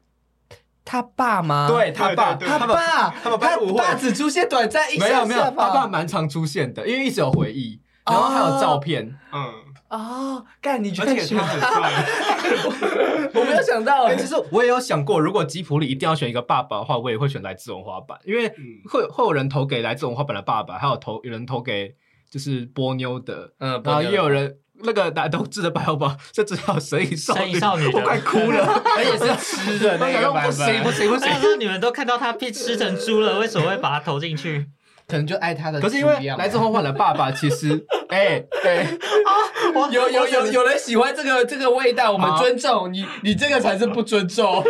Speaker 3: 他爸吗？
Speaker 1: 对他爸，
Speaker 4: 对对
Speaker 3: 啊他
Speaker 1: 他爸
Speaker 3: 爸，
Speaker 1: 他们班
Speaker 3: 他
Speaker 1: 误会
Speaker 3: 爸只出现短暂一下
Speaker 1: 没有没有，
Speaker 3: 下
Speaker 1: 他
Speaker 3: 吧
Speaker 1: 爸蛮常出现的，因为一直有回忆，然后还有照片，
Speaker 4: 嗯，
Speaker 3: 哦，干你去
Speaker 4: 而
Speaker 3: 看
Speaker 4: 且
Speaker 3: 学
Speaker 4: 他 很帅，
Speaker 3: 我没有想到
Speaker 1: 哎，
Speaker 3: 哎、
Speaker 1: 其实我也有想过，如果吉普里一定要选一个爸爸的话，我也会选来自文花板，因为
Speaker 4: 嗯
Speaker 1: 会会有人投给来自文花板的爸爸，还有投有人投给就是波妞的，
Speaker 3: 嗯
Speaker 1: 然后也有人那个男同志的爸爸，甚至还有神隐少
Speaker 2: 神
Speaker 1: 女，
Speaker 2: 隐少女的
Speaker 1: 我快哭 了。
Speaker 3: 而且是吃的
Speaker 1: 我
Speaker 3: 那
Speaker 1: 想
Speaker 3: 个
Speaker 1: 说
Speaker 3: 版
Speaker 1: 不行不
Speaker 3: 本，
Speaker 1: 行不行
Speaker 2: 但，是你们都看到他被吃成猪了，为什么会把它投进去？
Speaker 3: 可能就爱他的
Speaker 1: 可
Speaker 3: 猪
Speaker 1: 是
Speaker 3: 一
Speaker 1: 因
Speaker 3: 样吧。
Speaker 1: 为来自花花的爸爸，其实哎哎，
Speaker 2: 我
Speaker 3: 有有有有人喜欢这个这个味道，我们
Speaker 1: 好
Speaker 3: 尊重你，你这个才是不尊重。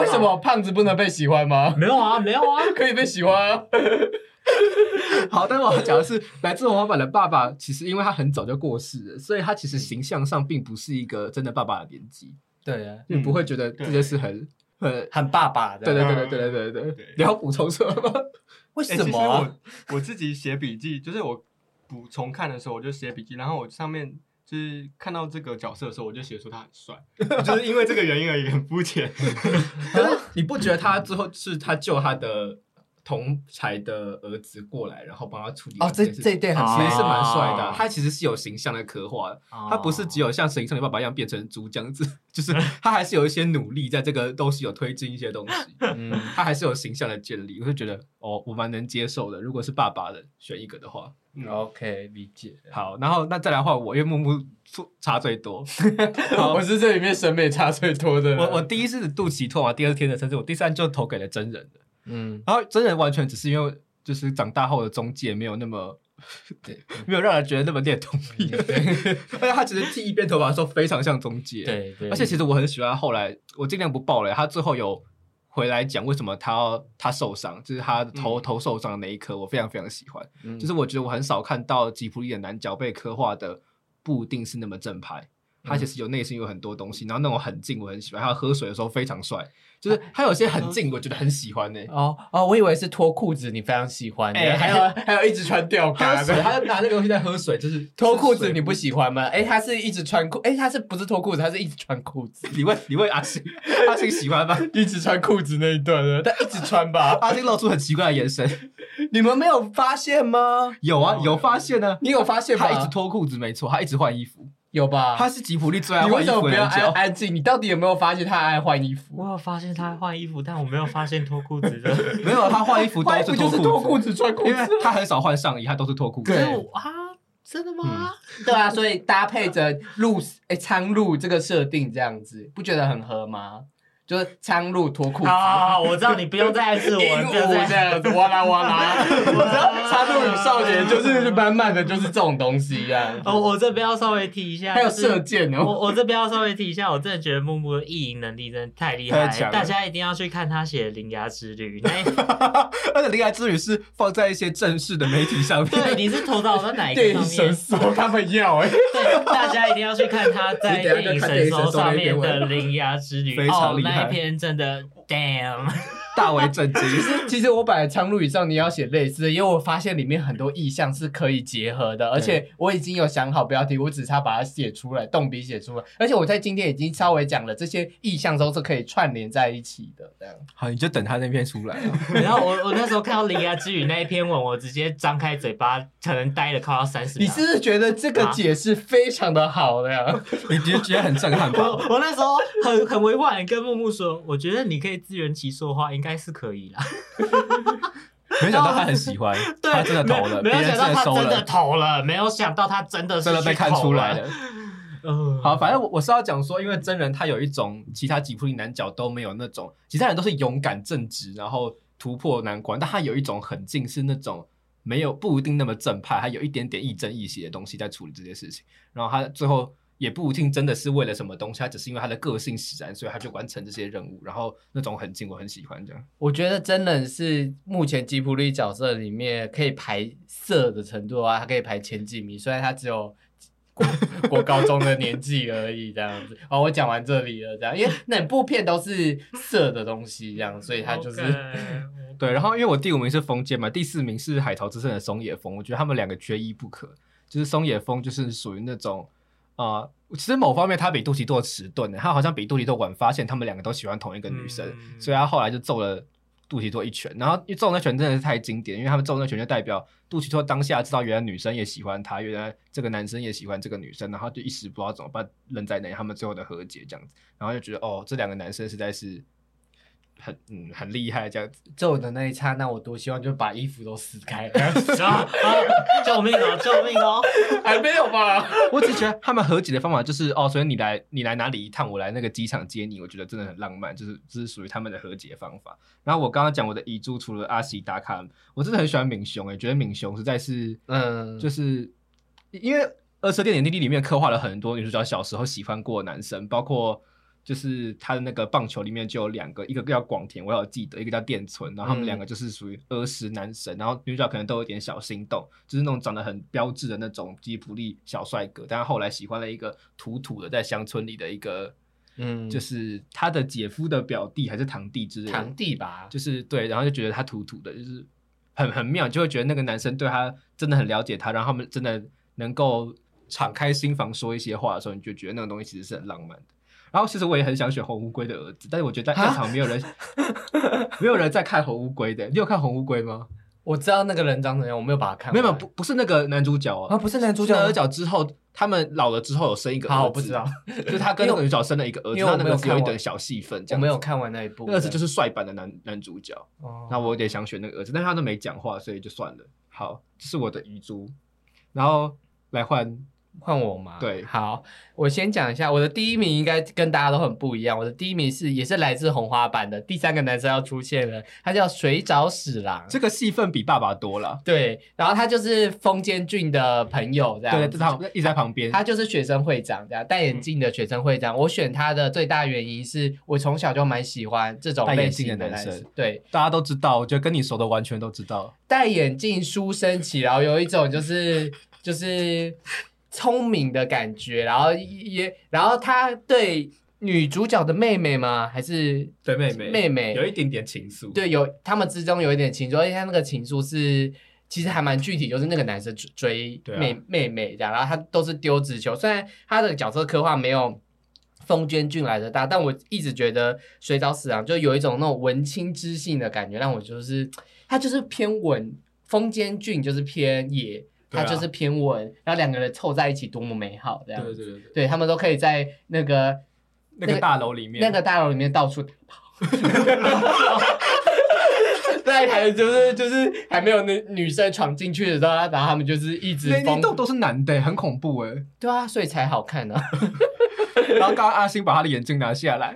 Speaker 3: 为什？么胖子不能被喜欢吗？
Speaker 2: 没有啊，没有 啊。
Speaker 3: 可以被喜欢啊！
Speaker 1: 好，但是我要讲的是，来自花花的爸爸，其实因为他很早就过世了，所以他
Speaker 3: 嗯
Speaker 1: 其实形象上并不是一个真的爸爸的年纪，
Speaker 3: 对啊，
Speaker 1: 也不会觉得这件事很很。
Speaker 3: 很爸爸的。嗯
Speaker 1: 对对对对对对对对
Speaker 4: 对，
Speaker 1: 你要补充 什么吗？
Speaker 3: 为
Speaker 4: 欸
Speaker 3: 什
Speaker 4: 其实
Speaker 3: 么啊、
Speaker 4: 我我自己写笔记，就是我补重看的时候，我就写笔记，然后我上面就是看到这个角色的时候，我就写出他很帅， 就是因为这个原因而已，很 肤浅。
Speaker 1: 可是你不觉得他之后是他救他的同才的儿子过来，然后帮他处理
Speaker 3: 哦，这
Speaker 1: 件事
Speaker 3: 这一对很
Speaker 2: 啊
Speaker 1: 其实
Speaker 3: 帅
Speaker 1: 是蛮帅的啊、
Speaker 2: 哦
Speaker 1: 他其实是有形象的刻画的，他
Speaker 2: 他
Speaker 1: 不是只有像神隐少女爸爸一样变成猪这样子， 就是他还是有一些努力，在这个都是有推进一些东西，
Speaker 3: 嗯，
Speaker 1: 他还是有形象的建立，我就觉得哦，我蛮能接受的。如果是爸爸的选一个的话，
Speaker 3: OK，理解。
Speaker 1: 好，然后那再来换我，因为木木出差最多，好
Speaker 3: 我是这里面审美差最多的人。
Speaker 1: 我我第一次是肚脐痛啊，第二天的甚至我第三就投给了真人的，
Speaker 3: 嗯，
Speaker 1: 然后真人完全只是因为就是长大后的中介没有那么。没有让人觉得那么恋童癖， 而且他其实剃一边头发的时候非常像中介，，
Speaker 3: 对对，
Speaker 1: 而且其实我很喜欢后来我尽量不爆雷，他最后有回来讲为什么他要他受伤，就是他头、
Speaker 4: 嗯
Speaker 1: 头受伤的那一刻，我非常非常喜欢，
Speaker 3: 嗯
Speaker 1: 就是我觉得我很少看到吉普力的男角被刻画的不一定是那么正派，
Speaker 3: 嗯
Speaker 1: 他其实有内心有很多东西，然后那种很近我很喜欢，他喝水的时候非常帅，就是
Speaker 3: 啊
Speaker 1: 他有些很近我觉得很喜欢呢、
Speaker 3: 哦哦，我以为是脱裤子，你非常喜欢。
Speaker 1: 哎
Speaker 3: 还有 还有一直穿吊
Speaker 1: 喝
Speaker 3: 嘎
Speaker 1: 水，
Speaker 3: 的。
Speaker 1: 他拿那个东西在喝水，就是
Speaker 3: 脱裤子你不喜欢吗？哎，他是一直穿裤，哎，他是不是脱裤子？他是一直穿裤子，
Speaker 1: 你问你问阿星，阿星喜欢吗？
Speaker 3: 一直穿裤子那一段的，但一直穿吧。
Speaker 1: 阿星露出很奇怪的眼神。
Speaker 3: 你们没有发现吗？
Speaker 1: 有啊，有发现呢、啊。
Speaker 3: 你有发现吗？
Speaker 1: 他一直脱裤子，没错，他一直换衣服。
Speaker 3: 有吧？
Speaker 1: 他是吉普力最爱
Speaker 3: 你
Speaker 1: 换
Speaker 3: 为
Speaker 1: 衣
Speaker 3: 什么
Speaker 1: 服
Speaker 3: 不
Speaker 1: 的
Speaker 3: 要哎
Speaker 1: 人角。
Speaker 3: 安安静？你到底有没有发现他爱换衣服？
Speaker 2: 我有发现他换衣服，但我没有发现脱裤子 的。
Speaker 1: 没有，啊他换衣服都
Speaker 3: 哎换衣服就是
Speaker 1: 脱
Speaker 3: 脱
Speaker 1: 裤
Speaker 3: 裤
Speaker 1: 子，
Speaker 3: 子穿 裤
Speaker 1: 因
Speaker 3: 子
Speaker 1: 为。他很少换上衣，他都是脱裤子。
Speaker 3: 对
Speaker 2: 所以我啊，真的吗？
Speaker 3: 对啊，所以搭配着路哎苍鹭这个设定这样子，不觉得很合吗？就是苍鹭脱裤
Speaker 2: 好
Speaker 3: 子，
Speaker 2: 好好，我知道你不用再暗 示我，
Speaker 3: 鹦
Speaker 2: 你不用
Speaker 3: 鹉这
Speaker 2: 再。
Speaker 3: 样子，哇啦哇啦。 我知道苍鹭与少年就是满满的就是这种东西啊，
Speaker 2: 我我这边要稍微提一下，
Speaker 3: 还有
Speaker 2: 就是
Speaker 3: 射箭哦。
Speaker 2: 我我这边要稍微提一下，我真的觉得木木的意淫能力真的太厉
Speaker 1: 太
Speaker 2: 害
Speaker 1: 强
Speaker 2: 了，
Speaker 1: 了
Speaker 2: 大家一定要去看他写《铃芽之旅》那一。
Speaker 1: 而且《灵爱之旅》是放在一些正式的媒体上
Speaker 2: 对，
Speaker 1: 面。
Speaker 2: 你是投到了哪一个
Speaker 3: 电
Speaker 2: 上
Speaker 3: 影神
Speaker 2: 面？
Speaker 3: 手他们要哎，
Speaker 2: 对，大家一定要去看他在
Speaker 1: 你等一下就看电
Speaker 2: 电影
Speaker 1: 影
Speaker 2: 神
Speaker 1: 神
Speaker 2: 搜
Speaker 1: 搜那
Speaker 2: 上
Speaker 1: 篇
Speaker 2: 面的《
Speaker 1: 文
Speaker 2: 铃芽之旅》
Speaker 1: 非常
Speaker 2: 哦，
Speaker 1: 厉害
Speaker 2: 那一篇真的 damn。
Speaker 1: 大为震惊。
Speaker 3: 其实，其实我本来《苍鹭与少年》要写类似的，因为我发现里面很多意象是可以结合的，而且我已经有想好标题，我只差把它写出来，动笔写出来。而且我在今天已经稍微讲了，这些意象都是可以串联在一起的。这样，
Speaker 1: 好，你就等他那篇出来啊。
Speaker 2: 然后我我那时候看到《铃芽之旅》那一篇文，我直接张开嘴巴，可能呆了快要三十
Speaker 3: 你
Speaker 2: 秒。
Speaker 3: 是不是觉得这个解释非常的好的呀？
Speaker 1: 你觉得觉得很震撼
Speaker 2: 我
Speaker 1: 吧？
Speaker 2: 我那时候很很委婉地跟木木说，我觉得你可以自圆其说的话，应该是可以啦。
Speaker 1: 没想到他很喜欢，
Speaker 2: 对，
Speaker 1: 他真的投了，
Speaker 2: 没
Speaker 1: 别
Speaker 2: 有没
Speaker 1: 人
Speaker 2: 有想到
Speaker 1: 的
Speaker 2: 他
Speaker 1: 收
Speaker 2: 真的
Speaker 1: 了，
Speaker 2: 投了，没有想到他真的是
Speaker 1: 真的被
Speaker 2: 去
Speaker 1: 看
Speaker 2: 投
Speaker 1: 出来
Speaker 2: 了。
Speaker 1: 了。
Speaker 2: 嗯，
Speaker 1: 好，反正我我是要讲说，因为真人他有一种其他吉卜力男角都没有那种，其他人都是勇敢正直，然后突破难关，但他有一种很近是那种没有不一定那么正派，还有一点点亦正亦邪的东西在处理这件事情。然后他最后也不一定真的是为了什么东西，他只是因为他的个性使然，所以他就完成这些任务。然后那种很近，我很喜欢这样。
Speaker 3: 我觉得真人是目前吉普力角色里面可以排色的程度啊，他可以排前几名，虽然他只有国国高中的年纪而已，这样子。哦，我讲完这里了，这样，因为整部片都是色的东西，这样，所以他就是
Speaker 2: OK
Speaker 1: 对，然后因为我第五名是风间嘛，第四名是海潮之声的松野枫，我觉得他们两个缺一不可。就是松野枫就是属于那种，呃，其实某方面他比杜琪多迟钝的，欸他好像比杜琪多晚发现他们两个都喜欢同一个女生，
Speaker 2: 嗯
Speaker 1: 所以他后来就揍了杜琪多一拳。然后因为揍那拳真的是太经典，因为他们揍那拳就代表杜琪多当下知道原来女生也喜欢他，原来这个男生也喜欢这个女生，然后就一时不知道怎么办，愣在那里，他们最后的和解这样子，然后就觉得哦，这两个男生实在是很嗯很厉害这样子。
Speaker 3: 揍的那一刹那，我多希望就把衣服都撕开了，
Speaker 2: 啊啊！救命哦！救命哦！
Speaker 3: 还没有吧？
Speaker 1: 我只觉得他们和解的方法就是哦，所以你来你来哪里一趟，我来那个机场接你，我觉得真的很浪漫，就是这、是属于他们的和解方法。然后我刚刚讲我的遗珠，除了阿喜打卡，我真的很喜欢敏雄欸诶、觉得敏雄实在是
Speaker 3: 嗯，就
Speaker 1: 就是因为《二十电影弟弟》里面刻画了很多女主角小时候喜欢过的男生，包括就是他的那个棒球里面就有两个，一个叫广田，我有记得，一个叫电村，然后他们两
Speaker 3: 嗯
Speaker 1: 个就是属于儿时男神，然后女主角可能都有点小心动，就是那种长得很标致的那种吉普力小帅哥，但是后来喜欢了一个土土的在乡村里的一个，
Speaker 3: 嗯，
Speaker 1: 就
Speaker 3: 就是
Speaker 1: 是他的姐夫的表弟还是堂弟之类的，
Speaker 3: 堂弟吧，
Speaker 1: 就是对，然后就觉得他土土的，就是很很妙，就会觉得那个男生对他真的很了解他，然后他们真的能够敞开心房说一些话的时候，你就觉得那个东西其实是很浪漫的。然后其实我也很想选红乌龟的儿子，但是我觉
Speaker 3: 啊
Speaker 1: 得在现场没有人，没有人在看红乌龟的。你有看红乌龟吗？
Speaker 3: 我知道那个人长怎样，我没有把他看
Speaker 1: 没
Speaker 3: 完，
Speaker 1: 有，没有不不是那个男主角
Speaker 3: 啊，
Speaker 1: 哦，
Speaker 3: 不是男主
Speaker 1: 是
Speaker 3: 角吗，
Speaker 1: 男主角之后，他们老了之后有生一个儿子，
Speaker 3: 好，我不知道，，
Speaker 1: 就是他跟那个女主角生了一个儿子，
Speaker 3: 因为我
Speaker 1: 那那
Speaker 3: 没有
Speaker 1: 个儿子有一
Speaker 3: 看完
Speaker 1: 点小戏份，这
Speaker 3: 我
Speaker 1: 样
Speaker 3: 没有
Speaker 1: 子
Speaker 3: 看完那一部，，
Speaker 1: 那个儿子就是是帅版的男男主角。
Speaker 3: 哦
Speaker 1: 那我有点想选那个儿子，但是他都没讲话，所以就算了。好，这是我的遗珠，然后来换
Speaker 3: 换我吗？
Speaker 1: 对
Speaker 3: 好，我先讲一下，我的第一名应该跟大家都很不一样。我的第一名是也是来自红花版的第三个男生要出现了，他叫水沼史郎。
Speaker 1: 这个戏份比爸爸多了。
Speaker 3: 对，然后他就是丰间俊的朋友，这样
Speaker 1: 对，这
Speaker 3: 子
Speaker 1: 他一直在旁边，
Speaker 3: 他就是学生会长，这样戴眼镜的学生会长。我选他的最大原因是我从小就蛮喜欢这种
Speaker 1: 戴眼
Speaker 3: 类型
Speaker 1: 镜的
Speaker 3: 的
Speaker 1: 男
Speaker 3: 男
Speaker 1: 生
Speaker 3: 生。对，
Speaker 1: 大家都知道，我觉得跟你熟的完全都知道。
Speaker 3: 戴眼镜书生气，然后有一种就是 就是聪明的感觉，然后也然后他对女主角的妹妹吗？还是
Speaker 1: 对妹
Speaker 3: 妹妹
Speaker 1: 有一点点情愫，，
Speaker 3: 对有他们之中有一点情愫，而且他那个情愫是。其实还蛮具体，就是那个男生追追
Speaker 1: 对啊
Speaker 3: 妹、妹妹这样，然后他都是丢直球。虽然他的角色刻画没有风间俊来的大，但我一直觉得水沼史郎就有一种那种文青知性的感觉，让我就是他就是偏文，风间俊就是偏野，
Speaker 1: 对
Speaker 3: 他
Speaker 1: 啊
Speaker 3: 就是偏文，然后两个人凑在一起多么美好这样。
Speaker 1: 对对对对，
Speaker 3: 对他们都可以在那个
Speaker 1: 那个大楼里面，
Speaker 3: 那个大楼里面到处打炮。 那一台就是就是还没有那女生闯进去的时候，然后他们就是一直
Speaker 1: 连
Speaker 3: 疯
Speaker 1: 一，栋都是男的，很恐怖哎。
Speaker 3: 对啊，所以才好看呢、 啊。
Speaker 1: 然后刚刚阿星把他的眼镜拿下 来，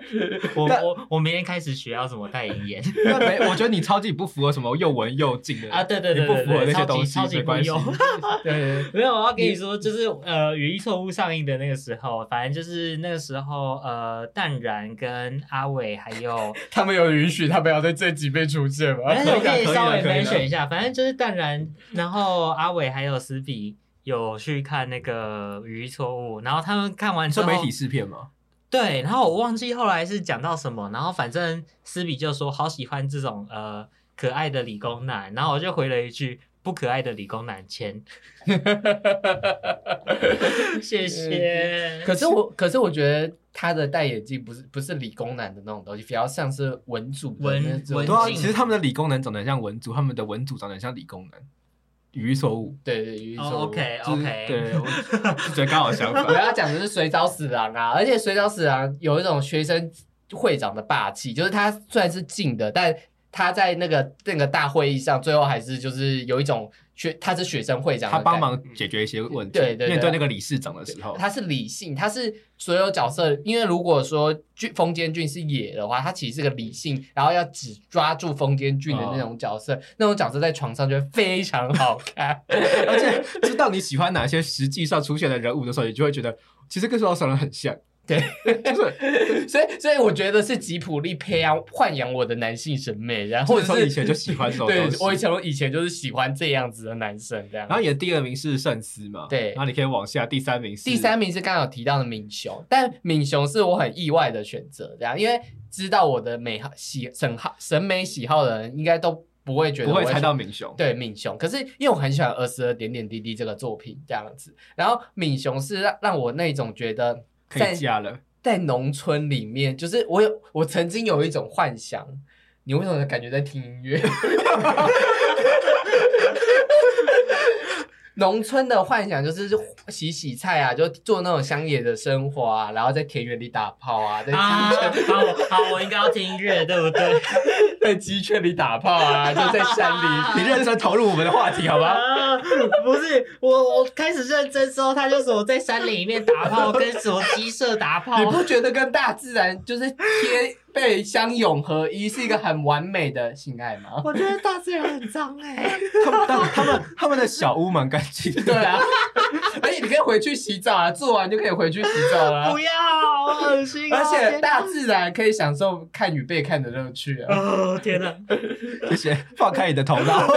Speaker 2: 我我我明天开始学要怎么戴眼眼
Speaker 1: 那没，我觉得你超级不符合什么又文又静的
Speaker 2: 啊！对对对
Speaker 1: 你不
Speaker 2: 对
Speaker 1: 符合那
Speaker 2: 对，超
Speaker 1: 些东
Speaker 2: 级
Speaker 1: 西
Speaker 2: 超级
Speaker 1: 没
Speaker 2: 不
Speaker 1: 关系
Speaker 2: 用。
Speaker 3: 对，
Speaker 2: 没有，我要跟你说，就是呃，语义错误上映的那个时候，反正就是那个时候，呃，淡然跟阿伟还 有，哎
Speaker 3: 他们有允许他们要在这几倍出现吗？
Speaker 2: 但是我可以
Speaker 1: 啊可以了啊
Speaker 2: 稍微
Speaker 1: 可以了
Speaker 2: mention 一下，反正就是淡然，然后阿伟还有思比有去看那个语义错误，然后他们看完
Speaker 1: 你
Speaker 2: 之
Speaker 1: 说
Speaker 2: 后，
Speaker 1: 媒体试片吗？
Speaker 2: 对，然后我忘记后来是讲到什么，然后反正思比就说好喜欢这种呃可爱的理工男，然后我就回了一句不可爱的理工男签， 谢谢。
Speaker 3: 可是我，可是我觉得他的戴眼镜不是不是理工男的那种东西，比较像是文主的
Speaker 2: 文
Speaker 3: 那种
Speaker 2: 文
Speaker 1: 对啊，
Speaker 2: 静
Speaker 1: 其实他们的理工男长得很像文组，他们的文组长得很像理工男，语义错误。
Speaker 3: 对对语义错误
Speaker 2: 哦，OK
Speaker 1: 就是
Speaker 2: OK，
Speaker 1: 对，我就觉得刚好相
Speaker 3: 我
Speaker 1: 反。
Speaker 3: 要讲的是水沼史郎啊，而且水沼史郎有一种学生会长的霸气，就是他虽然是静的，但他在那个那个大会议上，最后还是就是有一种学他是学生会长的
Speaker 1: 他
Speaker 3: 感觉，
Speaker 1: 帮
Speaker 3: 嗯
Speaker 1: 忙解决一些问题。
Speaker 3: 对对对
Speaker 1: 面对那个理事长的时候，
Speaker 3: 他是理性，他是所有角色。因为如果说俊风间俊是野的话，他其实是个理性，然后要只抓住风间俊的
Speaker 1: 哦
Speaker 3: 那种角色，那种角色在床上就会非常好看。
Speaker 1: 而且知道你喜欢哪些实际上出现的人物的时候，你就会觉得其实跟手长人很像。
Speaker 3: 对，
Speaker 1: 就是
Speaker 3: 所以，所以我觉得是吉普力培养豢养我的男性审美，然后
Speaker 1: 或者
Speaker 3: 或者
Speaker 1: 说
Speaker 3: 是
Speaker 1: 以前就喜欢这种
Speaker 3: 对
Speaker 1: 东西。
Speaker 3: 我以前我以前就是喜欢这样子的男生这样。
Speaker 1: 然后你的第二名是圣斯嘛？
Speaker 3: 对
Speaker 1: 然后你可以往下，第三名是
Speaker 3: 第三名是刚刚有提到的敏雄，但敏雄是我很意外的选择，这样，因为知道我的美好喜审好审美喜好的人，应该都不会觉得
Speaker 1: 不
Speaker 3: 我
Speaker 1: 会猜
Speaker 3: 选
Speaker 1: 到明雄。
Speaker 3: 对敏雄，可是因为我很喜欢《二十二点点滴滴》这个作品这样子，然后敏雄是让让我那种觉得
Speaker 1: 可
Speaker 3: 在
Speaker 1: 以加了。
Speaker 3: 在农村里面，就是我有我曾经有一种幻想，你为什么感觉在听音乐？ 农村的幻想就是洗洗菜啊，就做那种乡野的生活啊，然后在田园里打炮啊，在
Speaker 2: 啊，
Speaker 3: 鸡圈、
Speaker 2: 好好，我应该要听音乐，对不对？
Speaker 3: 在鸡圈里打炮啊，就在山里。
Speaker 1: 你认真投入我们的话题好 吗？
Speaker 2: 啊，不是我，我开始认真之后，他就说我在山林里面打炮，跟什么鸡舍打炮
Speaker 3: 你，不觉得跟大自然就是贴背相永合一是一个很完美的性爱吗？
Speaker 2: 我觉得大自然很脏哎、
Speaker 1: 他们他们他们他们的小屋蛮干净的。
Speaker 3: 对啊，而且你可以回去洗澡啊，做完就可以回去洗澡啦、
Speaker 2: 不要，好恶心、哦！
Speaker 3: 而且
Speaker 2: 天哪
Speaker 3: 大自然可以享受看与被看的乐趣啊！
Speaker 2: 哦天哪！
Speaker 1: 谢谢，放开你的头 脑。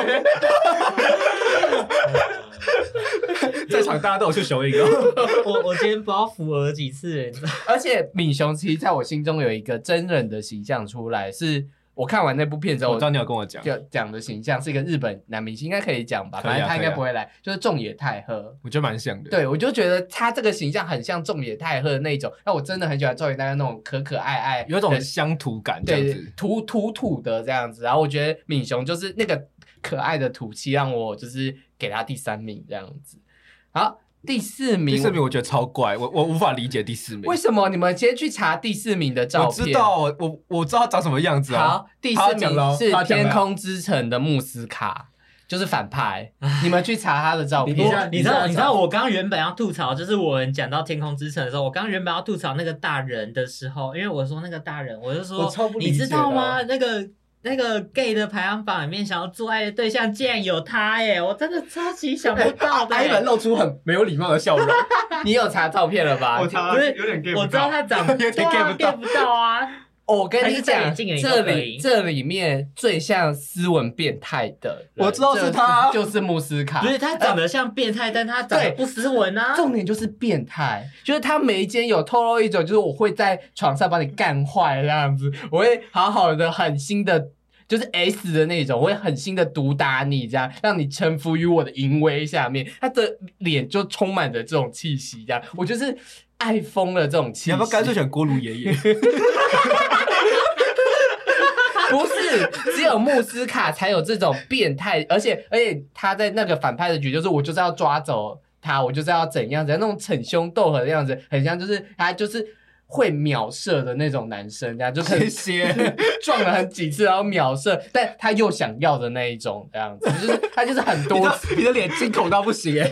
Speaker 1: 在场大家都有去雄鹰 哦。
Speaker 2: 我我今天不知道扶额几次欸，你知道吗
Speaker 3: 而且敏雄其实在我心中有一个真人的形象出来，是我看完那部片之后
Speaker 1: 我知道你有跟我讲，
Speaker 3: 就讲的形象是一个日本男明星，应该可以讲吧？
Speaker 1: 可以啊
Speaker 3: 反正他应
Speaker 1: 可
Speaker 3: 该
Speaker 1: 以啊
Speaker 3: 不会来，就是仲野太贺。
Speaker 1: 我觉得蛮像的。
Speaker 3: 对，我就觉得他这个形象很像仲野太贺的那种，那我真的很喜欢仲野太贺那种可可爱爱，
Speaker 1: 有一种乡土感这样
Speaker 3: 对
Speaker 1: 子。
Speaker 3: 土土土的这样子。然后我觉得敏雄就是那个可爱的土气，让我就是给他第三名这样子。好，第四名，
Speaker 1: 第四名我觉得超怪，我我无法理解第四名
Speaker 3: 为。什么你们先去查第四名的照
Speaker 1: 我
Speaker 3: 片？
Speaker 1: 知道，我我我知道他长什么样子啊。
Speaker 3: 好，第
Speaker 1: 他
Speaker 3: 四
Speaker 1: 讲了
Speaker 3: 名
Speaker 1: 哦
Speaker 3: 是
Speaker 1: 他
Speaker 3: 《
Speaker 1: 讲了
Speaker 3: 天空之城》的穆斯卡，就是反派。你们去查他的照片，
Speaker 2: 我你知道你知道我刚刚原本要吐槽，就是我们讲到天空之城的时候，我刚刚原本要吐槽那个大人的时候，因为我说那个大人，我就说
Speaker 4: 我超不理
Speaker 2: 你
Speaker 4: 解的
Speaker 2: 知道吗？那个那个 gay 的排行榜里面想要做爱的对象竟然有他耶，我真的超级想不到 的耶。
Speaker 1: 露出很没有礼貌的笑容。
Speaker 3: 你有查照片了吧？
Speaker 4: 我查
Speaker 2: 不是
Speaker 4: 有点 get
Speaker 2: 我
Speaker 4: 不
Speaker 2: 知道
Speaker 4: 到。
Speaker 2: 他长，
Speaker 1: 有点
Speaker 2: 对啊
Speaker 1: get 不到
Speaker 2: 不到啊！
Speaker 3: 哦我跟
Speaker 2: 还
Speaker 3: 你
Speaker 2: 是戴
Speaker 3: 讲，
Speaker 2: 眼镜而已
Speaker 3: 这
Speaker 2: 都可
Speaker 3: 里
Speaker 2: 以
Speaker 3: 这里面最像斯文变态的人，
Speaker 1: 我知道是他
Speaker 3: 就是就是穆斯卡。
Speaker 2: 不是他长得像变态，但他长得
Speaker 3: 对
Speaker 2: 不斯文啊。
Speaker 3: 重点就是变态，就是他眉间有透露一种，就是我会在床上把你干坏这样子，我会好好的狠心的，就是 S 的那种，我会狠心的毒打你，这样让你臣服于我的淫威下面。他的脸就充满着这种气息，这样我就是爱疯了这种气息。
Speaker 1: 你要不要干脆选锅炉爷爷？
Speaker 3: 不是，只有穆斯卡才有这种变态， 而且而且他在那个反派的局，就是我就是要抓走他，我就是要怎样怎样，那种逞凶斗狠的样子，很像就是他就是会秒射的那种男生，这样就可
Speaker 1: 谢
Speaker 3: 能
Speaker 1: 谢。
Speaker 3: 撞了很几次，然后秒射， 但他又想要的那一种，这样子，就是他就是很
Speaker 1: 你
Speaker 3: 多
Speaker 1: 的你的脸惊恐到不行哎！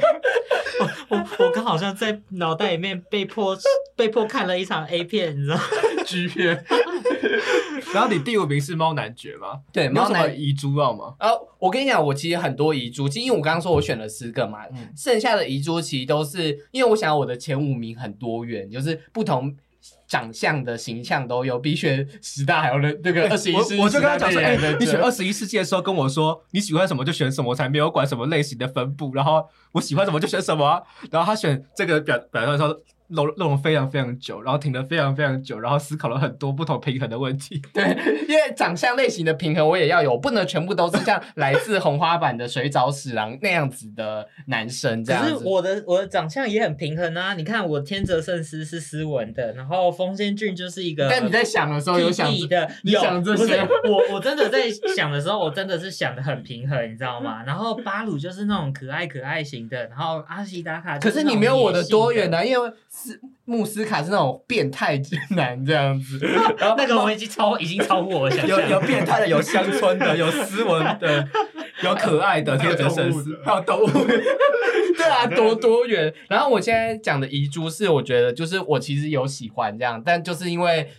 Speaker 2: 我 我刚好像在脑袋里面被迫被迫看了一场 A 片，你知道吗？
Speaker 1: G 片。然后你第五名是猫男爵吗？
Speaker 3: 对
Speaker 1: 你有
Speaker 3: 猫
Speaker 1: 什么
Speaker 3: 男
Speaker 1: 遗珠要吗？
Speaker 3: 呃，我跟你讲，我其实很多遗珠，其实因为我刚刚说我选了四个嘛，
Speaker 1: 嗯
Speaker 3: 剩下的遗珠其实都是因为我想我的前五名很多元，就是不同长相的形象都有，比选十大还有那那个二十一世纪
Speaker 1: 哎我我就跟他讲说，哎、
Speaker 3: 的人
Speaker 1: 你选二十一世纪的时候跟我说你喜欢什么就选什么，我才没有管什么类型的分布。然后我喜欢什么就选什么啊、然后他选这个表表的时候，弄弄了非常非常久，然后停了非常非常久，然后思考了很多不同平衡的问题。
Speaker 3: 对，因为长相类型的平衡我也要有，不能全部都是像来自红花板的水沼史郎那样子的男生这
Speaker 2: 可
Speaker 3: 样
Speaker 2: 是
Speaker 3: 子。
Speaker 2: 我的我的长相也很平衡啊！你看我天泽圣司是斯文的，然后丰先俊就是一个
Speaker 3: 但你在想的时候有想
Speaker 1: 呃
Speaker 2: 屁屁的，
Speaker 3: 你
Speaker 2: 有
Speaker 3: 想这
Speaker 2: 不是
Speaker 3: 些
Speaker 2: 我我真的在想的时候，我真的是想的很平衡，你知道吗？然后巴鲁就是那种可爱可爱型的，然后阿西达卡就
Speaker 3: 可
Speaker 2: 是
Speaker 3: 是你没有我
Speaker 2: 的
Speaker 3: 的多元
Speaker 2: 的，
Speaker 3: 啊，因为斯穆斯卡是那种变态直男这样子，然 后
Speaker 2: 那个我已经超已经超过我的 想
Speaker 1: 有
Speaker 2: 象。
Speaker 1: 有变态的，有乡村的，有斯文的，有可爱的，天真神似，还有动物。
Speaker 3: 对 啊，多多元。然后我现在讲的遗珠是，我觉得就是我其实有喜欢这样，但就是因为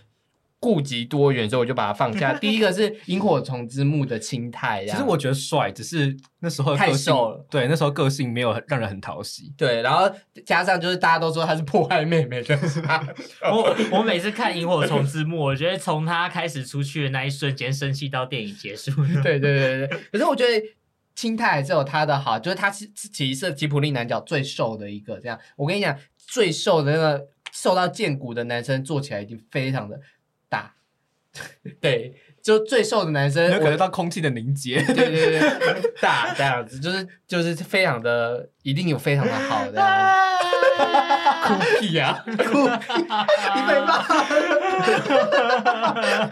Speaker 3: 顾及多元，所以我就把它放下。第一个是萤火虫之墓的青苔，这
Speaker 1: 其
Speaker 3: 样
Speaker 1: 实我觉得帅，只是那时候的
Speaker 3: 太
Speaker 1: 个性
Speaker 3: 瘦了，
Speaker 1: 对，那时候个性没有很让人很讨喜。
Speaker 3: 对，然后加上就是大家都说她是破坏妹妹的，
Speaker 2: 我我每次看《萤火虫之墓》，我觉得从他开始出去的那一瞬间生气到电影结束。
Speaker 3: 对对对对对。可是我觉得青苔还是有它的好，就是它是是其实是吉普力男角最瘦的一个。这样，我跟你讲，最瘦的那个瘦到见骨的男生做起来一定非常的大。对，就最瘦的男生
Speaker 1: 你，会感
Speaker 3: 呃我
Speaker 1: 觉到空气的凝结，
Speaker 3: 对对对，大这样子，就是就是非常的，一定有非常的好这样。 哭屁呀、
Speaker 2: 你被骂。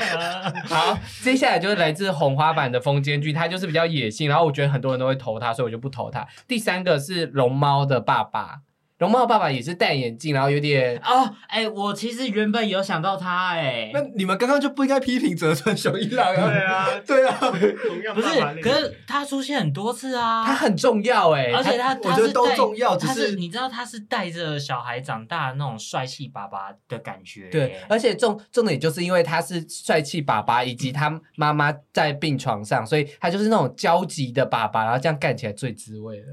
Speaker 3: 好，接下来就是来自红花版的风间俊，他就是比较野性，然后我觉得很多人都会投他，所以我就不投他。第三个是龙猫的爸爸，龙猫的爸爸也是戴眼镜，然后有点
Speaker 2: 哦，哎，我其实原本有想到他，哎
Speaker 1: 那，你们刚刚就不应该批评泽村雄一郎啊！
Speaker 4: 啊，
Speaker 1: 对啊，
Speaker 4: 同 样
Speaker 2: 不是
Speaker 4: 爸爸那，个
Speaker 2: 可是他出现很多次啊，
Speaker 3: 他很重要哎、
Speaker 2: 而且他，
Speaker 1: 他
Speaker 2: 他
Speaker 1: 我觉得
Speaker 2: 是
Speaker 1: 都
Speaker 2: 带
Speaker 1: 重要只
Speaker 2: 他
Speaker 1: 是
Speaker 2: 是你知道他是带着小孩长大的那种帅气爸爸的感觉。
Speaker 3: 对，而且重重点就是因为他是帅气爸爸，以及他妈妈在病床上，所以他就是那种焦急的爸爸，然后这样干起来最滋味了。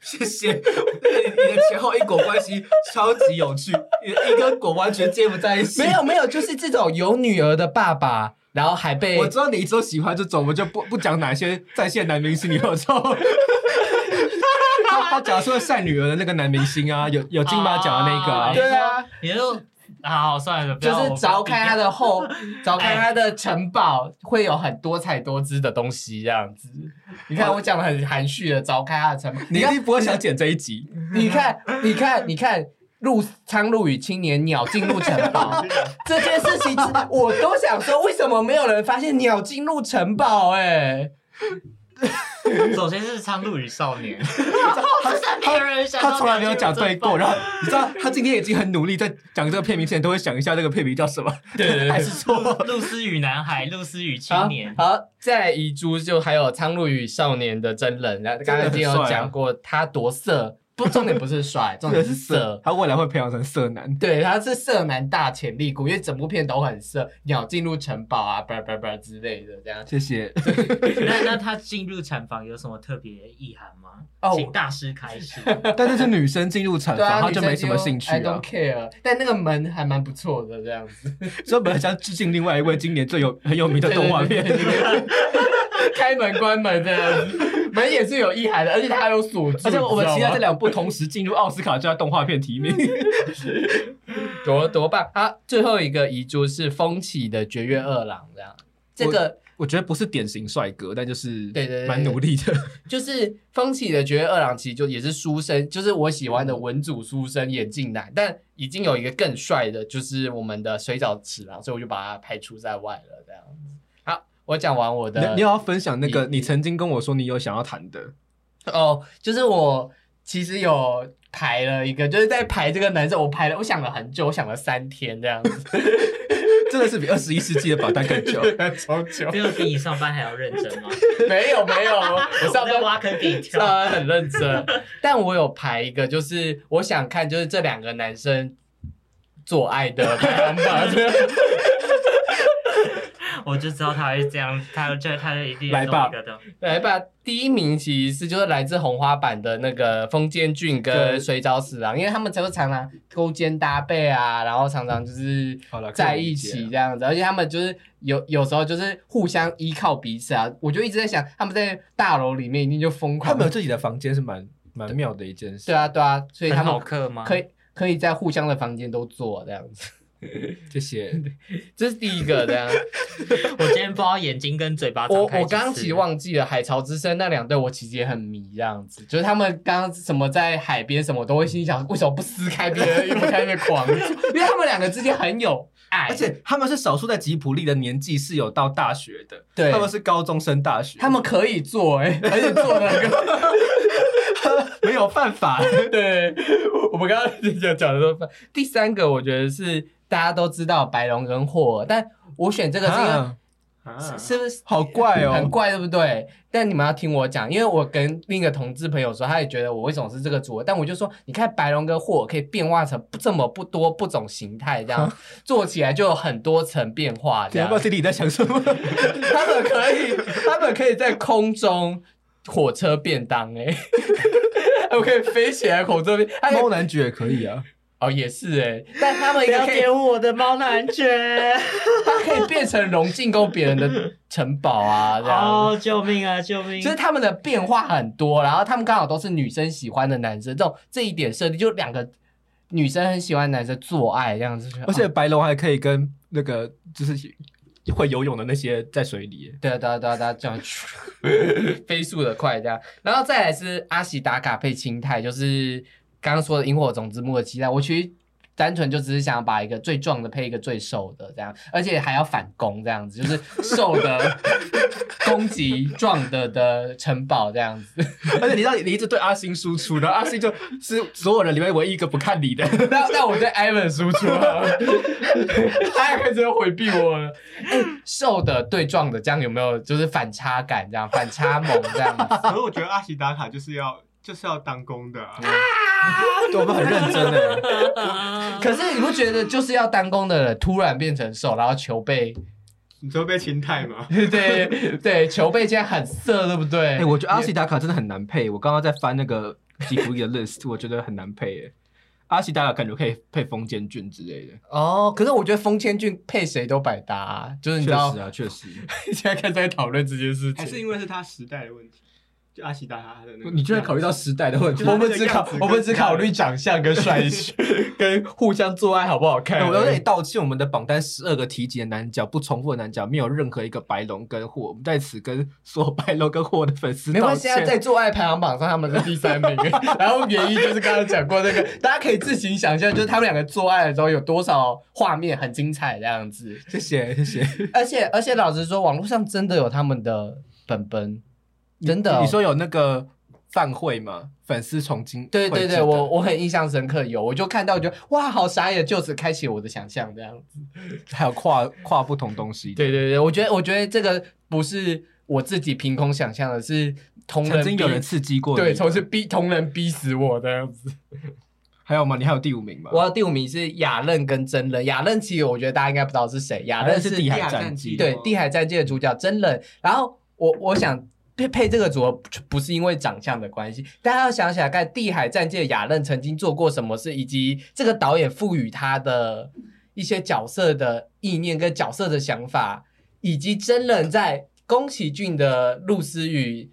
Speaker 1: 谢谢。你的前后因果关系超级有趣，你的因跟果完全接不在一起。
Speaker 3: 没有没有，就是这种有女儿的爸爸，然后还被
Speaker 1: 我知道你一直都喜欢这种，我就不不讲哪些在线男明星，你有错。 他他讲说晒女儿的那个男明星啊，有有金马奖的那个、啊
Speaker 2: 哦，
Speaker 3: 对啊，
Speaker 2: 你就好算了，不
Speaker 3: 就
Speaker 2: 要哎
Speaker 3: 是凿开他。
Speaker 2: 我
Speaker 3: 的后，凿开他的城堡，会有很多彩多姿的东西这样子。你
Speaker 2: 哦
Speaker 3: 看我讲的很含蓄的，凿开他的城堡，
Speaker 1: 你
Speaker 3: 你
Speaker 1: 一
Speaker 3: 看
Speaker 1: 定不会想剪这一集。
Speaker 3: 你看你看你看。入苍鹭与青年鸟进入城 堡这件事情，我都想说，为什么没有人发现鸟进入城堡、哎，
Speaker 2: 不首先是《苍鹭与少 年》，真的没有人想到
Speaker 1: 他从来没有讲对过，然后你知道他今天已经很努力在讲这个片名之前，都会想一下这个片名叫什么，
Speaker 3: 对对对
Speaker 1: 还是啊错。
Speaker 2: 露丝与男孩，露丝与青
Speaker 3: 好
Speaker 2: 年，
Speaker 3: 好，再来遗珠就还有《苍鹭与少年》的真人，那刚才已经有讲过他多色，不，重点不是帅，重点是色。
Speaker 1: 他未来会培养成色男。
Speaker 3: 对，他是色男大潜力股，因为整部片都很色，鸟进入城堡啊，叭叭叭之类的这样。
Speaker 1: 谢谢。
Speaker 2: 那那他进入产房有什么特别意涵吗？
Speaker 3: 哦
Speaker 2: 请大师开始。
Speaker 1: 但是是女生进入产
Speaker 3: 对啊，
Speaker 1: 房，他
Speaker 3: 女
Speaker 1: 就
Speaker 3: 生
Speaker 1: 没什么兴趣
Speaker 3: I
Speaker 1: 了
Speaker 3: don't。care，但那个门还蛮不错的这样子，
Speaker 1: 所以本来想致敬另外一位今年最有很有名的
Speaker 3: 对
Speaker 1: 动画片，
Speaker 3: 对对对对开门关门这样子，门也是有意涵的，而且它还有锁住。
Speaker 1: 而且我们
Speaker 3: 你
Speaker 1: 期
Speaker 3: 知
Speaker 1: 待
Speaker 3: 道吗
Speaker 1: 这两部同时进入奥斯卡最佳动画片提名。
Speaker 3: 多多棒！啊，最后一个遗珠是风起的绝月二郎，这样。这个
Speaker 1: 我觉得不是典型帅哥，但就是
Speaker 3: 对对对对
Speaker 1: 蛮努力的。
Speaker 3: 就是风起的绝月二郎，其实就也是书生，就是我喜欢的文组书生眼镜男，但已经有一个更帅的，就是我们的水饺尺郎，所以我就把他排除在外了，这样子。好，我讲完我
Speaker 1: 你
Speaker 3: 的，
Speaker 1: 你要分享那个
Speaker 3: 啊你
Speaker 1: 你曾经跟我说你有想要谈的，
Speaker 3: 哦，就是我其实有排了一个，就是在排这个男生，我排了，我想了很久，我想了三天这样子，
Speaker 1: 真的是比二十一世纪的榜单更 久。
Speaker 3: 超 久
Speaker 2: 只有比你上班还要认真吗？
Speaker 3: 没有没有，我上
Speaker 2: 在
Speaker 3: 班
Speaker 2: 挖坑给你跳。
Speaker 3: 上班很认真， 但我有排一个，就是我想看，就是这两个男生做爱 的排行榜。
Speaker 2: 我就知道他会这样，他就他就一定
Speaker 1: 来吧
Speaker 2: 做一个的。
Speaker 3: 来吧，第一名其实是就是来自红花版的那个风间俊跟
Speaker 1: 对
Speaker 3: 水沼史郎，因为他们就常常勾肩搭背啊，然后常常就是
Speaker 1: 好了
Speaker 3: 在一起这样子，而且他们就是有有时候就是互相依靠彼此啊。我就一直在想，他们在大楼里面一定就疯
Speaker 1: 他
Speaker 3: 狂
Speaker 1: 们有。自己的房间是蛮蛮妙的一件事。
Speaker 3: 对啊，对啊，所以他
Speaker 2: 很
Speaker 3: 们
Speaker 2: 好客吗？
Speaker 3: 可
Speaker 2: 以。
Speaker 3: 以可以在互相的房间都做这样子。
Speaker 1: 这些
Speaker 3: 这是第一个的、啊。
Speaker 2: 我今天不知道眼睛跟嘴巴张
Speaker 3: 我
Speaker 2: 开
Speaker 3: 我
Speaker 2: 几次
Speaker 3: 刚刚其实忘记了海潮之声那两对，我其实也很迷这样子，就是他们刚刚什么在海边什么，都会心想为什么不撕开别人的衣服开始狂，因为他们两个之间很有
Speaker 2: 哎
Speaker 3: 爱，
Speaker 1: 而且他们是少数在吉普力的年纪是有到大学的，
Speaker 3: 对
Speaker 1: 他们是高中升大学，
Speaker 3: 他们可以做哎、而且做的很高。
Speaker 1: 没有犯法。
Speaker 3: 对，我们刚刚讲讲的都第三个，我觉得是大家都知道白龙跟霍尔，但我选这个是因为、
Speaker 1: 啊
Speaker 3: 是是不是
Speaker 1: 好怪哦
Speaker 3: 很怪，对不对？但你们要听我讲，因为我跟另一个同志朋友说，他也觉得我为什么是这个组合，但我就说，你看白龙跟霍尔可以变化成不这么不多不种形态，这 样做起来就有很多层变化，这
Speaker 1: 你要
Speaker 3: 样
Speaker 1: 不。要听你在想什 么？
Speaker 3: 他们可以，他们可以在空中火车便当 哎、我可以飞起来火车便，还有
Speaker 1: 猫男爵也可以啊，
Speaker 3: 哦也是哎、但他们
Speaker 2: 不
Speaker 3: 也
Speaker 2: 要
Speaker 3: 可以，
Speaker 2: 点我的猫男爵！
Speaker 3: 他可以变成龙进攻别人的城堡 啊，这样。
Speaker 2: 哦，救命啊，救命！
Speaker 3: 就是他们的变化很多，然后他们刚好都是女生喜欢的男生，这种这一点设定就两个女生很喜欢的男生做爱这样子，
Speaker 1: 而且
Speaker 3: 啊
Speaker 1: 白龙还可以跟那个就是会游泳的那些在水里 耶。
Speaker 3: 对啊对啊对啊对啊，这样飞速的快这样，然后再来是阿喜打卡配青苔，就是刚刚说的萤火虫之墓的期待。我其实单纯就只是想把一个最壮的配一个最瘦的这样，而且还要反攻这样子，就是瘦 的攻击壮的的城堡这样子。
Speaker 1: 而且你知道，你一直对阿星输出，然后阿星就是所有人里面唯一一个不看 你的。
Speaker 3: 那那我对 Ivan 输出了， 他也开始要回避我了。哎瘦的对壮的，这样有没有就是反差感？这样反差萌这样子。
Speaker 4: 可是我觉得阿喜打卡就是要就是要当工的、啊，
Speaker 1: 对我们很认真的，
Speaker 2: 啊
Speaker 3: 可是你不觉得就是要当工的人突然变成瘦，然后球被。
Speaker 4: 你就被青 苔嘛
Speaker 3: 对对球被现在很色，对不对？
Speaker 1: 哎、我觉得阿西达卡真的很难配。我刚刚在翻那个吉普力的 list，我觉得很难配耶。阿西达卡感觉可以配风间俊之类的，
Speaker 3: 哦，可是我觉得风千俊配谁都百搭啊、就是你
Speaker 1: 确
Speaker 3: 知道
Speaker 1: 实，啊，确实。
Speaker 3: 现在开始在讨论这件事
Speaker 4: 还是
Speaker 3: 情。
Speaker 4: 因为是他时代的问题，就阿喜打卡他的那个。啊
Speaker 1: 你居然考虑到时代的问题
Speaker 4: 就，是
Speaker 3: 我
Speaker 4: 那
Speaker 3: 们
Speaker 4: 个
Speaker 3: 只考
Speaker 4: 样子，跟
Speaker 3: 我们只考虑长相跟帅 气，跟互相做爱好不好看
Speaker 1: 哎
Speaker 3: 而已。
Speaker 1: 我要跟你道歉，我们的榜单十二个提及的男角不重复的男角，没有任何一个白龙跟霍。我们在此跟所有白龙跟霍的粉 丝
Speaker 3: 没
Speaker 1: 道
Speaker 3: 关系啊，
Speaker 1: 歉。
Speaker 3: 在做爱排行榜上他们是第三 名，然后原因就是刚刚讲过那个，大家可以自行想象，就是他们两个做爱的时候有多少画面很精彩这样子。
Speaker 1: 谢 谢谢谢。
Speaker 3: 而且而且，老实说，网络上真的有他们的本本，真的哦、
Speaker 1: 你说有那个饭会吗？粉丝重金
Speaker 3: 对
Speaker 1: 会
Speaker 3: 对
Speaker 1: 记
Speaker 3: 对，
Speaker 1: 得
Speaker 3: 我我很印象深刻，有我就看到，我就哇，好傻眼，就此开启我的想象这样子。
Speaker 1: 还有跨跨不同东西的。
Speaker 3: 对对对，我觉得我觉得这个不是我自己凭空想象的，是同人
Speaker 1: 曾经有
Speaker 3: 逼
Speaker 1: 人刺激过你
Speaker 3: 对，从是逼同人逼死我这样子。
Speaker 1: 还有吗？你还有第五名吗？
Speaker 3: 我第五名是雅任跟真人，雅任其实我觉得大家应该不知道是谁，雅任
Speaker 1: 是
Speaker 3: 是
Speaker 1: 地
Speaker 4: 地
Speaker 1: 海
Speaker 4: 海
Speaker 1: 战
Speaker 4: 战
Speaker 1: 记
Speaker 4: 记。
Speaker 3: 对
Speaker 4: 哦
Speaker 3: 《地海战记》的主角真人。然后我我想配配这个组合不是因为长相的关系，大家要想想看，《地海战记》的雅任曾经做过什么事，以及这个导演赋予他的一些角色的意念跟角色的想法，以及真人在宫崎骏的《露丝与》。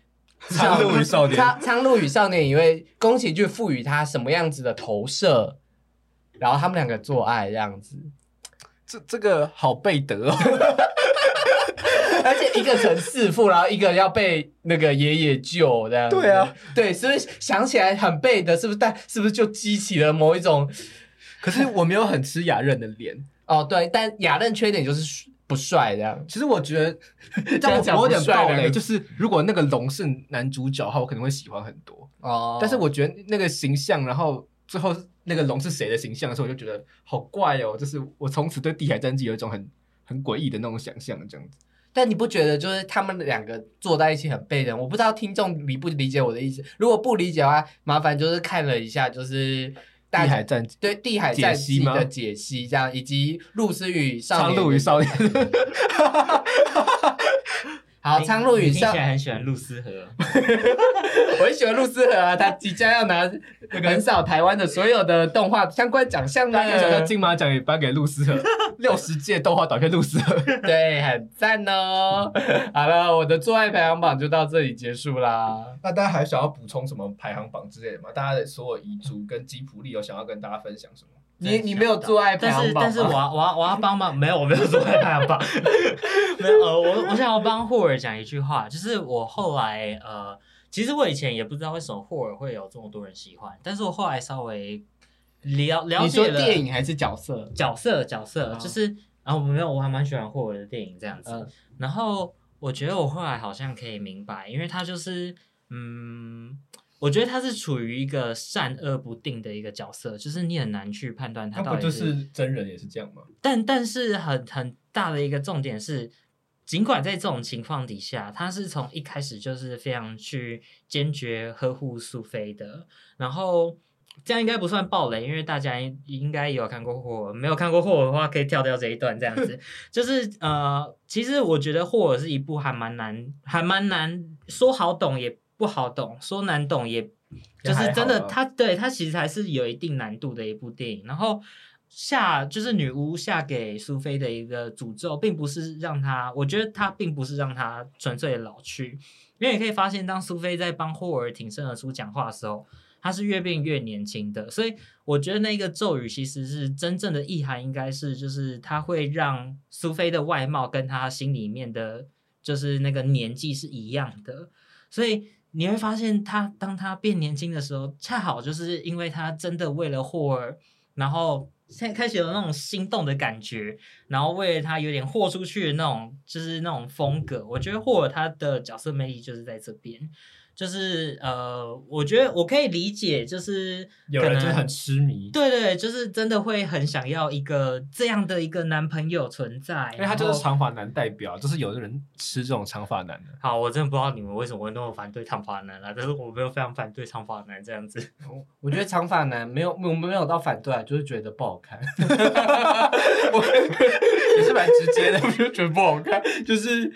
Speaker 1: 苍鹭与少年
Speaker 3: 苍苍鹭与少年，因为宫崎骏赋予他什么样子的投射，然后他们两个做爱这样子，
Speaker 1: 这这个好贝德哦，
Speaker 3: 而且一个成弑父，然后一个要被那个爷爷救，这样子
Speaker 1: 对啊，
Speaker 3: 对，是不是想起来很背的？是不是？但是不是就激起了某一种
Speaker 1: 可是我没有很吃雅任的脸。
Speaker 3: 哦？对，但雅任缺点就是不帅，这样
Speaker 1: 其实我觉 得，
Speaker 3: 这样
Speaker 1: 但
Speaker 3: 讲
Speaker 1: 我我有
Speaker 3: 不
Speaker 1: 点
Speaker 3: 帅
Speaker 1: 暴
Speaker 3: 两
Speaker 1: 雷，
Speaker 3: 个
Speaker 1: 就是如果那个龙是男主角的话，我可能会喜欢很多。
Speaker 3: 哦
Speaker 1: 但是我觉得那个形象，然后最后那个龙是谁的形象的时候，我就觉得好怪哦，就是我从此对地海战记有一种很很诡异的那种想象，这样子。
Speaker 3: 但你不觉得就是他们两个坐在一起很背的？我不知道听众理不理解我的意思。如果不理解的话，麻烦就是看了一下，就是
Speaker 1: 地
Speaker 3: 大
Speaker 1: 海战记，
Speaker 3: 对地海
Speaker 1: 解
Speaker 3: 战
Speaker 1: 析
Speaker 3: 记
Speaker 1: 吗
Speaker 3: 的解析，这样以及露丝与少
Speaker 1: 苍
Speaker 3: 年
Speaker 1: 鹭与 少年，
Speaker 3: 好，苍鹭与
Speaker 2: 你听
Speaker 3: 少
Speaker 2: 起来很喜欢露丝河，
Speaker 3: 我很喜欢陆思和啊，他即将要拿横扫台湾的所有的动画相关奖项呢
Speaker 1: 大。家可以想象金马奖也颁给露丝 和六十届动画短片露丝和。
Speaker 3: 对，很赞哦。好了，我的做爱排行榜就到这里结束啦。
Speaker 1: 那大家还想要补充什么排行榜之类的吗？大家的所有遗珠跟吉普力有想要跟大家分享什么？
Speaker 3: 你你没有做爱排
Speaker 2: 但
Speaker 3: 行
Speaker 2: 是
Speaker 3: 榜吗
Speaker 2: 但是我要我要我要帮忙，没有我没有做害怕吧？ 没有，呃，我我想要帮霍尔讲一句话，就是我后来呃，其实我以前也不知道为什么霍尔会有这么多人喜欢，但是我后来稍微了了
Speaker 3: 你
Speaker 2: 解
Speaker 3: 说
Speaker 2: 了
Speaker 3: 电影还是角色？
Speaker 2: 角色角色，
Speaker 3: 哦
Speaker 2: 就是啊，我没有，我还蛮喜欢霍尔的电影这样子。
Speaker 3: 嗯
Speaker 2: 然后我觉得我后来好像可以明白，因为他就是嗯，我觉得他是处于一个善恶不定的一个角色，就是你很难去判断他
Speaker 1: 那
Speaker 2: 到
Speaker 1: 不
Speaker 2: 底
Speaker 1: 就是真人也是这样吗？
Speaker 2: 但但是很很大的一个重点是，尽管在这种情况底下，他是从一开始就是非常去坚决呵护苏菲的，然后。这样应该不算暴雷，因为大家应应该也有看过霍尔，没有看过霍尔的话可以跳掉这一段。这样 子就是呃，其实我觉得霍尔是一部还蛮难，还蛮难说好懂也不好懂，说难懂也就
Speaker 1: 也还
Speaker 2: 是
Speaker 1: 好
Speaker 2: 真的
Speaker 1: 啊
Speaker 2: 它对它其实还是有一定难度的一部电影。然后下就是女巫下给苏菲的一个诅咒，并不是让她，我觉得她并不是让她纯粹的老去，因为你可以发现，当苏菲在帮霍尔挺身而出讲话的时候。她是越变越年轻的，所以我觉得那个咒语其实是真正的意涵，应该是就是它会让苏菲的外貌跟她心里面的，就是那个年纪是一样的。所以你会发现他，当他变年轻的时候，恰好就是因为他真的为了霍尔，然后现在开始有那种心动的感觉，然后为了他有点豁出去的那种，就是那种风格。我觉得霍尔他的角色魅力就是在这边。就是呃，我觉得我可以理解，就是
Speaker 1: 有
Speaker 2: 可
Speaker 1: 人
Speaker 2: 能
Speaker 1: 就是很痴迷，
Speaker 2: 对对，就是真的会很想要一个这样的一个男朋友存在，
Speaker 1: 因为他就
Speaker 2: 然
Speaker 1: 是
Speaker 2: 后
Speaker 1: 长发男代表，就是有的人吃这种长发男的。
Speaker 2: 好，我真的不知道你们为什么会那么反对长发男啊啦、但是我没有非常反对长发男这样子。
Speaker 3: 我觉得长发男没有，我没有到反对啊，就是觉得不好 看。我也是蛮直接的，我就觉得不好看。就是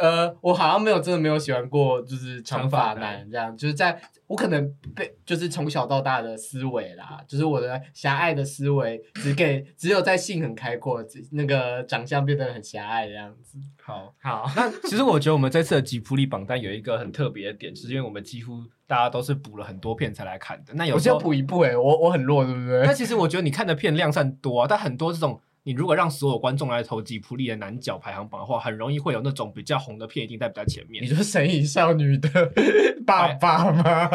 Speaker 3: 呃，我好像没有真的没有喜欢过，就是长发
Speaker 1: 长发
Speaker 3: 男这样，就是在我可能被就是从小到大的思维啦，就是我的狭隘的思维只给只有在性很开阔，只那个长相变得很狭隘这样子。
Speaker 1: 好，
Speaker 2: 好，
Speaker 1: 那其实我觉得我们这次的吉普力榜单有一个很特别的点，就是因为我们几乎大家都是补了很多片才来看的。那有
Speaker 3: 我
Speaker 1: 时
Speaker 3: 就
Speaker 1: 候
Speaker 3: 补一步哎、我我很弱对不对
Speaker 1: 但？其实我觉得你看的片量算多啊，但很多这种你如果让所有观众来投吉普力的男角排行榜的话，很容易会有那种比较红的片一定在比较前面
Speaker 3: 你。说神隐少女的爸爸吗？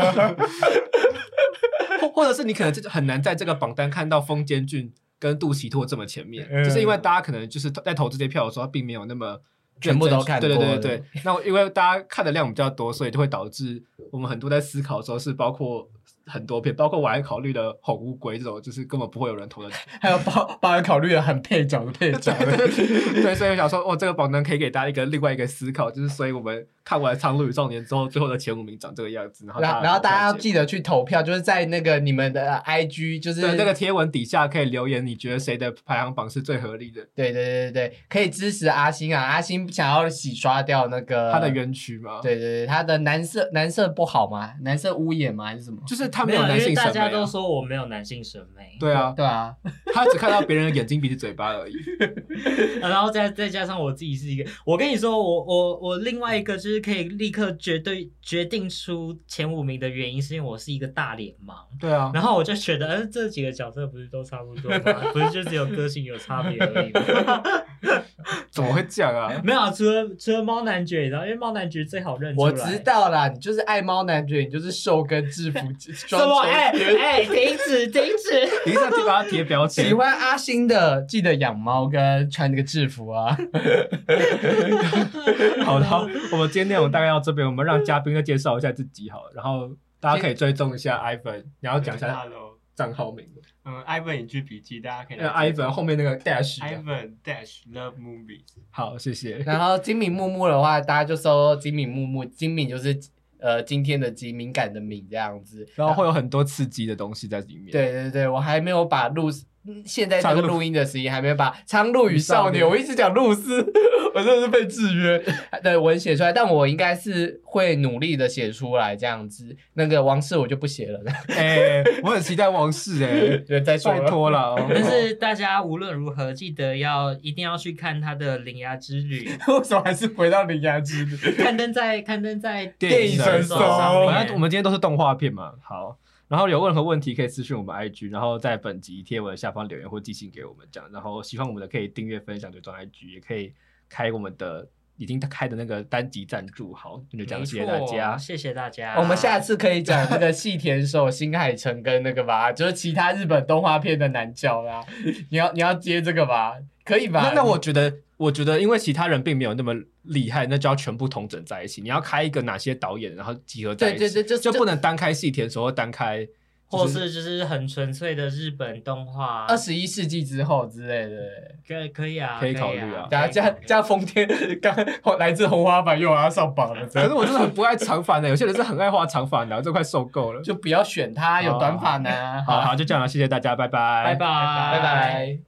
Speaker 1: 或或者是你可能这很难在这个榜单看到风间俊跟杜琪拓这么前面，
Speaker 3: 嗯
Speaker 1: 就是因为大家可能就是在投这些票的时候，并没有那么
Speaker 3: 全部都看
Speaker 1: 对对
Speaker 3: 过
Speaker 1: 对对对。那因为大家看的量比较多，所以就会导致我们很多在思考的时候是包括很多片，包括我还考虑了《红乌龟》这种，就是根本不会有人 投的。
Speaker 3: 还有包包含考虑了很配角的配角 的，
Speaker 1: 对，所以我想说，哦，这个榜单可以给大家一个另外一个思考，就是所以我们看完《苍鹭与少年》之后，最后的前五名长这个样子，然后
Speaker 3: 然后然后大家要
Speaker 1: 记
Speaker 3: 记得去投票，就是在那个你们的呃 IG，就是
Speaker 1: 对那个贴文底下可以留言，你觉得谁的排行榜是最合理的？
Speaker 3: 对对对对对，可以支持阿星啊，阿星想要洗刷掉那个
Speaker 1: 他的园区吗？，
Speaker 3: 呃对对对，他的男色男色不好吗？男色污眼吗？还是什么？
Speaker 1: 就是他
Speaker 2: 没
Speaker 1: 有
Speaker 2: 有，
Speaker 1: 男
Speaker 2: 因为
Speaker 1: 性审
Speaker 2: 大
Speaker 1: 美、啊
Speaker 2: 家都说我没有男性审美，
Speaker 1: 对啊，
Speaker 3: 对啊，
Speaker 1: 他只看到别人的眼睛、鼻子、嘴巴而已。
Speaker 2: 呃然后再再加上我自己是一个，我跟你说，我我我另外一个就是可以立刻绝对决定出前五名的原因，是因为我是一个大脸盲，
Speaker 1: 对 啊，
Speaker 2: 然后我就觉得，呃，这几个角色不是都差不多吗？ 不是就只有个性有差别而已吗？
Speaker 1: 怎么会这样啊？
Speaker 2: 没有啊，除了除了猫男爵，你知道，因为猫男爵最好认出来。
Speaker 3: 我知道啦，你就是爱猫男爵，你就是瘦跟 制服
Speaker 2: 什
Speaker 3: 装
Speaker 2: 么？哎
Speaker 3: 成员
Speaker 2: 哎，停止停止！
Speaker 1: 你是在把他贴标
Speaker 3: 喜
Speaker 1: 签？
Speaker 3: 欢阿星的，记得养猫跟穿那个制服啊。
Speaker 1: 好了，我们今天内容大概到这边，我们让嘉宾再介绍一下自己好了，然后大家可以追踪一下 Ivan，你要讲一下
Speaker 4: Hello，
Speaker 1: 账号名吗，
Speaker 4: 嗯，Ivan 影剧笔记，大家可以
Speaker 1: 呃
Speaker 4: 来
Speaker 1: ，Ivan 后面那个 dash 的。
Speaker 4: Ivan dash love movies。
Speaker 1: 好，谢谢。
Speaker 3: 然后金敏木木的话，大家就搜金敏木木，金敏就是呃今天的金，敏感的敏这样子。
Speaker 1: 然后会有很多刺激的东西在里面。，
Speaker 3: 对对对，我还没有把录嗯现在这
Speaker 1: 苍
Speaker 3: 个
Speaker 1: 鹭
Speaker 3: 录音的时间还没有把《苍鹭与少
Speaker 1: 与
Speaker 3: 年》，
Speaker 1: 少年
Speaker 3: 我一直讲露丝， 我真的是被制约的文写出来，但我应该是会努力的写出来这样子。那个王室我就不写了，
Speaker 1: 哎、我很期待王室哎、
Speaker 3: 对，再说
Speaker 1: 拜
Speaker 3: 了。，
Speaker 1: 托了哦。
Speaker 2: 但是大家无论如何，记得要一定要去看他的《铃芽之旅》
Speaker 3: 为什么还是回到铃芽之旅？
Speaker 2: 刊登在刊登在
Speaker 1: 电
Speaker 3: 影神
Speaker 2: 神
Speaker 3: 搜
Speaker 2: 上
Speaker 1: 反正我
Speaker 2: 面。
Speaker 1: 们今天都是动画片嘛，好。然后有任何问题可以私讯我们 IG，然后在本集贴文下方留言或寄信给我们讲。然后喜欢我们的可以订阅、分享、追踪 IG，也可以开我们的已经开的那个单集赞助，好，那就这样，谢谢大
Speaker 2: 没错
Speaker 1: 家。哦
Speaker 2: 谢谢大家。
Speaker 3: 我们下次可以讲那个细田守、新海诚跟那个吧，就是其他日本动画片的男角啦。你要你要接这个吧？可以吧？
Speaker 1: 那那我觉得，我觉得因为其他人并没有那么厉害，那就要全部统整在一起。你要开一个哪些导演，然后集合在一
Speaker 3: 对
Speaker 1: 起，
Speaker 3: 对对，
Speaker 1: 就
Speaker 3: 就
Speaker 1: 不能单开细田守或单开
Speaker 2: 或是就是很纯粹的日本动画，
Speaker 3: 二十一世纪之后之类的。
Speaker 2: 可以可以啊，
Speaker 1: 可以
Speaker 2: 以
Speaker 1: 考虑啊
Speaker 3: 等下加加丰天，刚刚来自红花板又要上榜了，
Speaker 1: 可
Speaker 3: 真
Speaker 1: 是
Speaker 3: 的
Speaker 1: 我真的很不爱长发男，有些人是很爱画长发男，我这快受够了。
Speaker 3: 就不要选他，有短发男啊。
Speaker 1: 好好，就这样了，谢谢大家，拜拜，
Speaker 2: 拜拜
Speaker 3: 拜拜。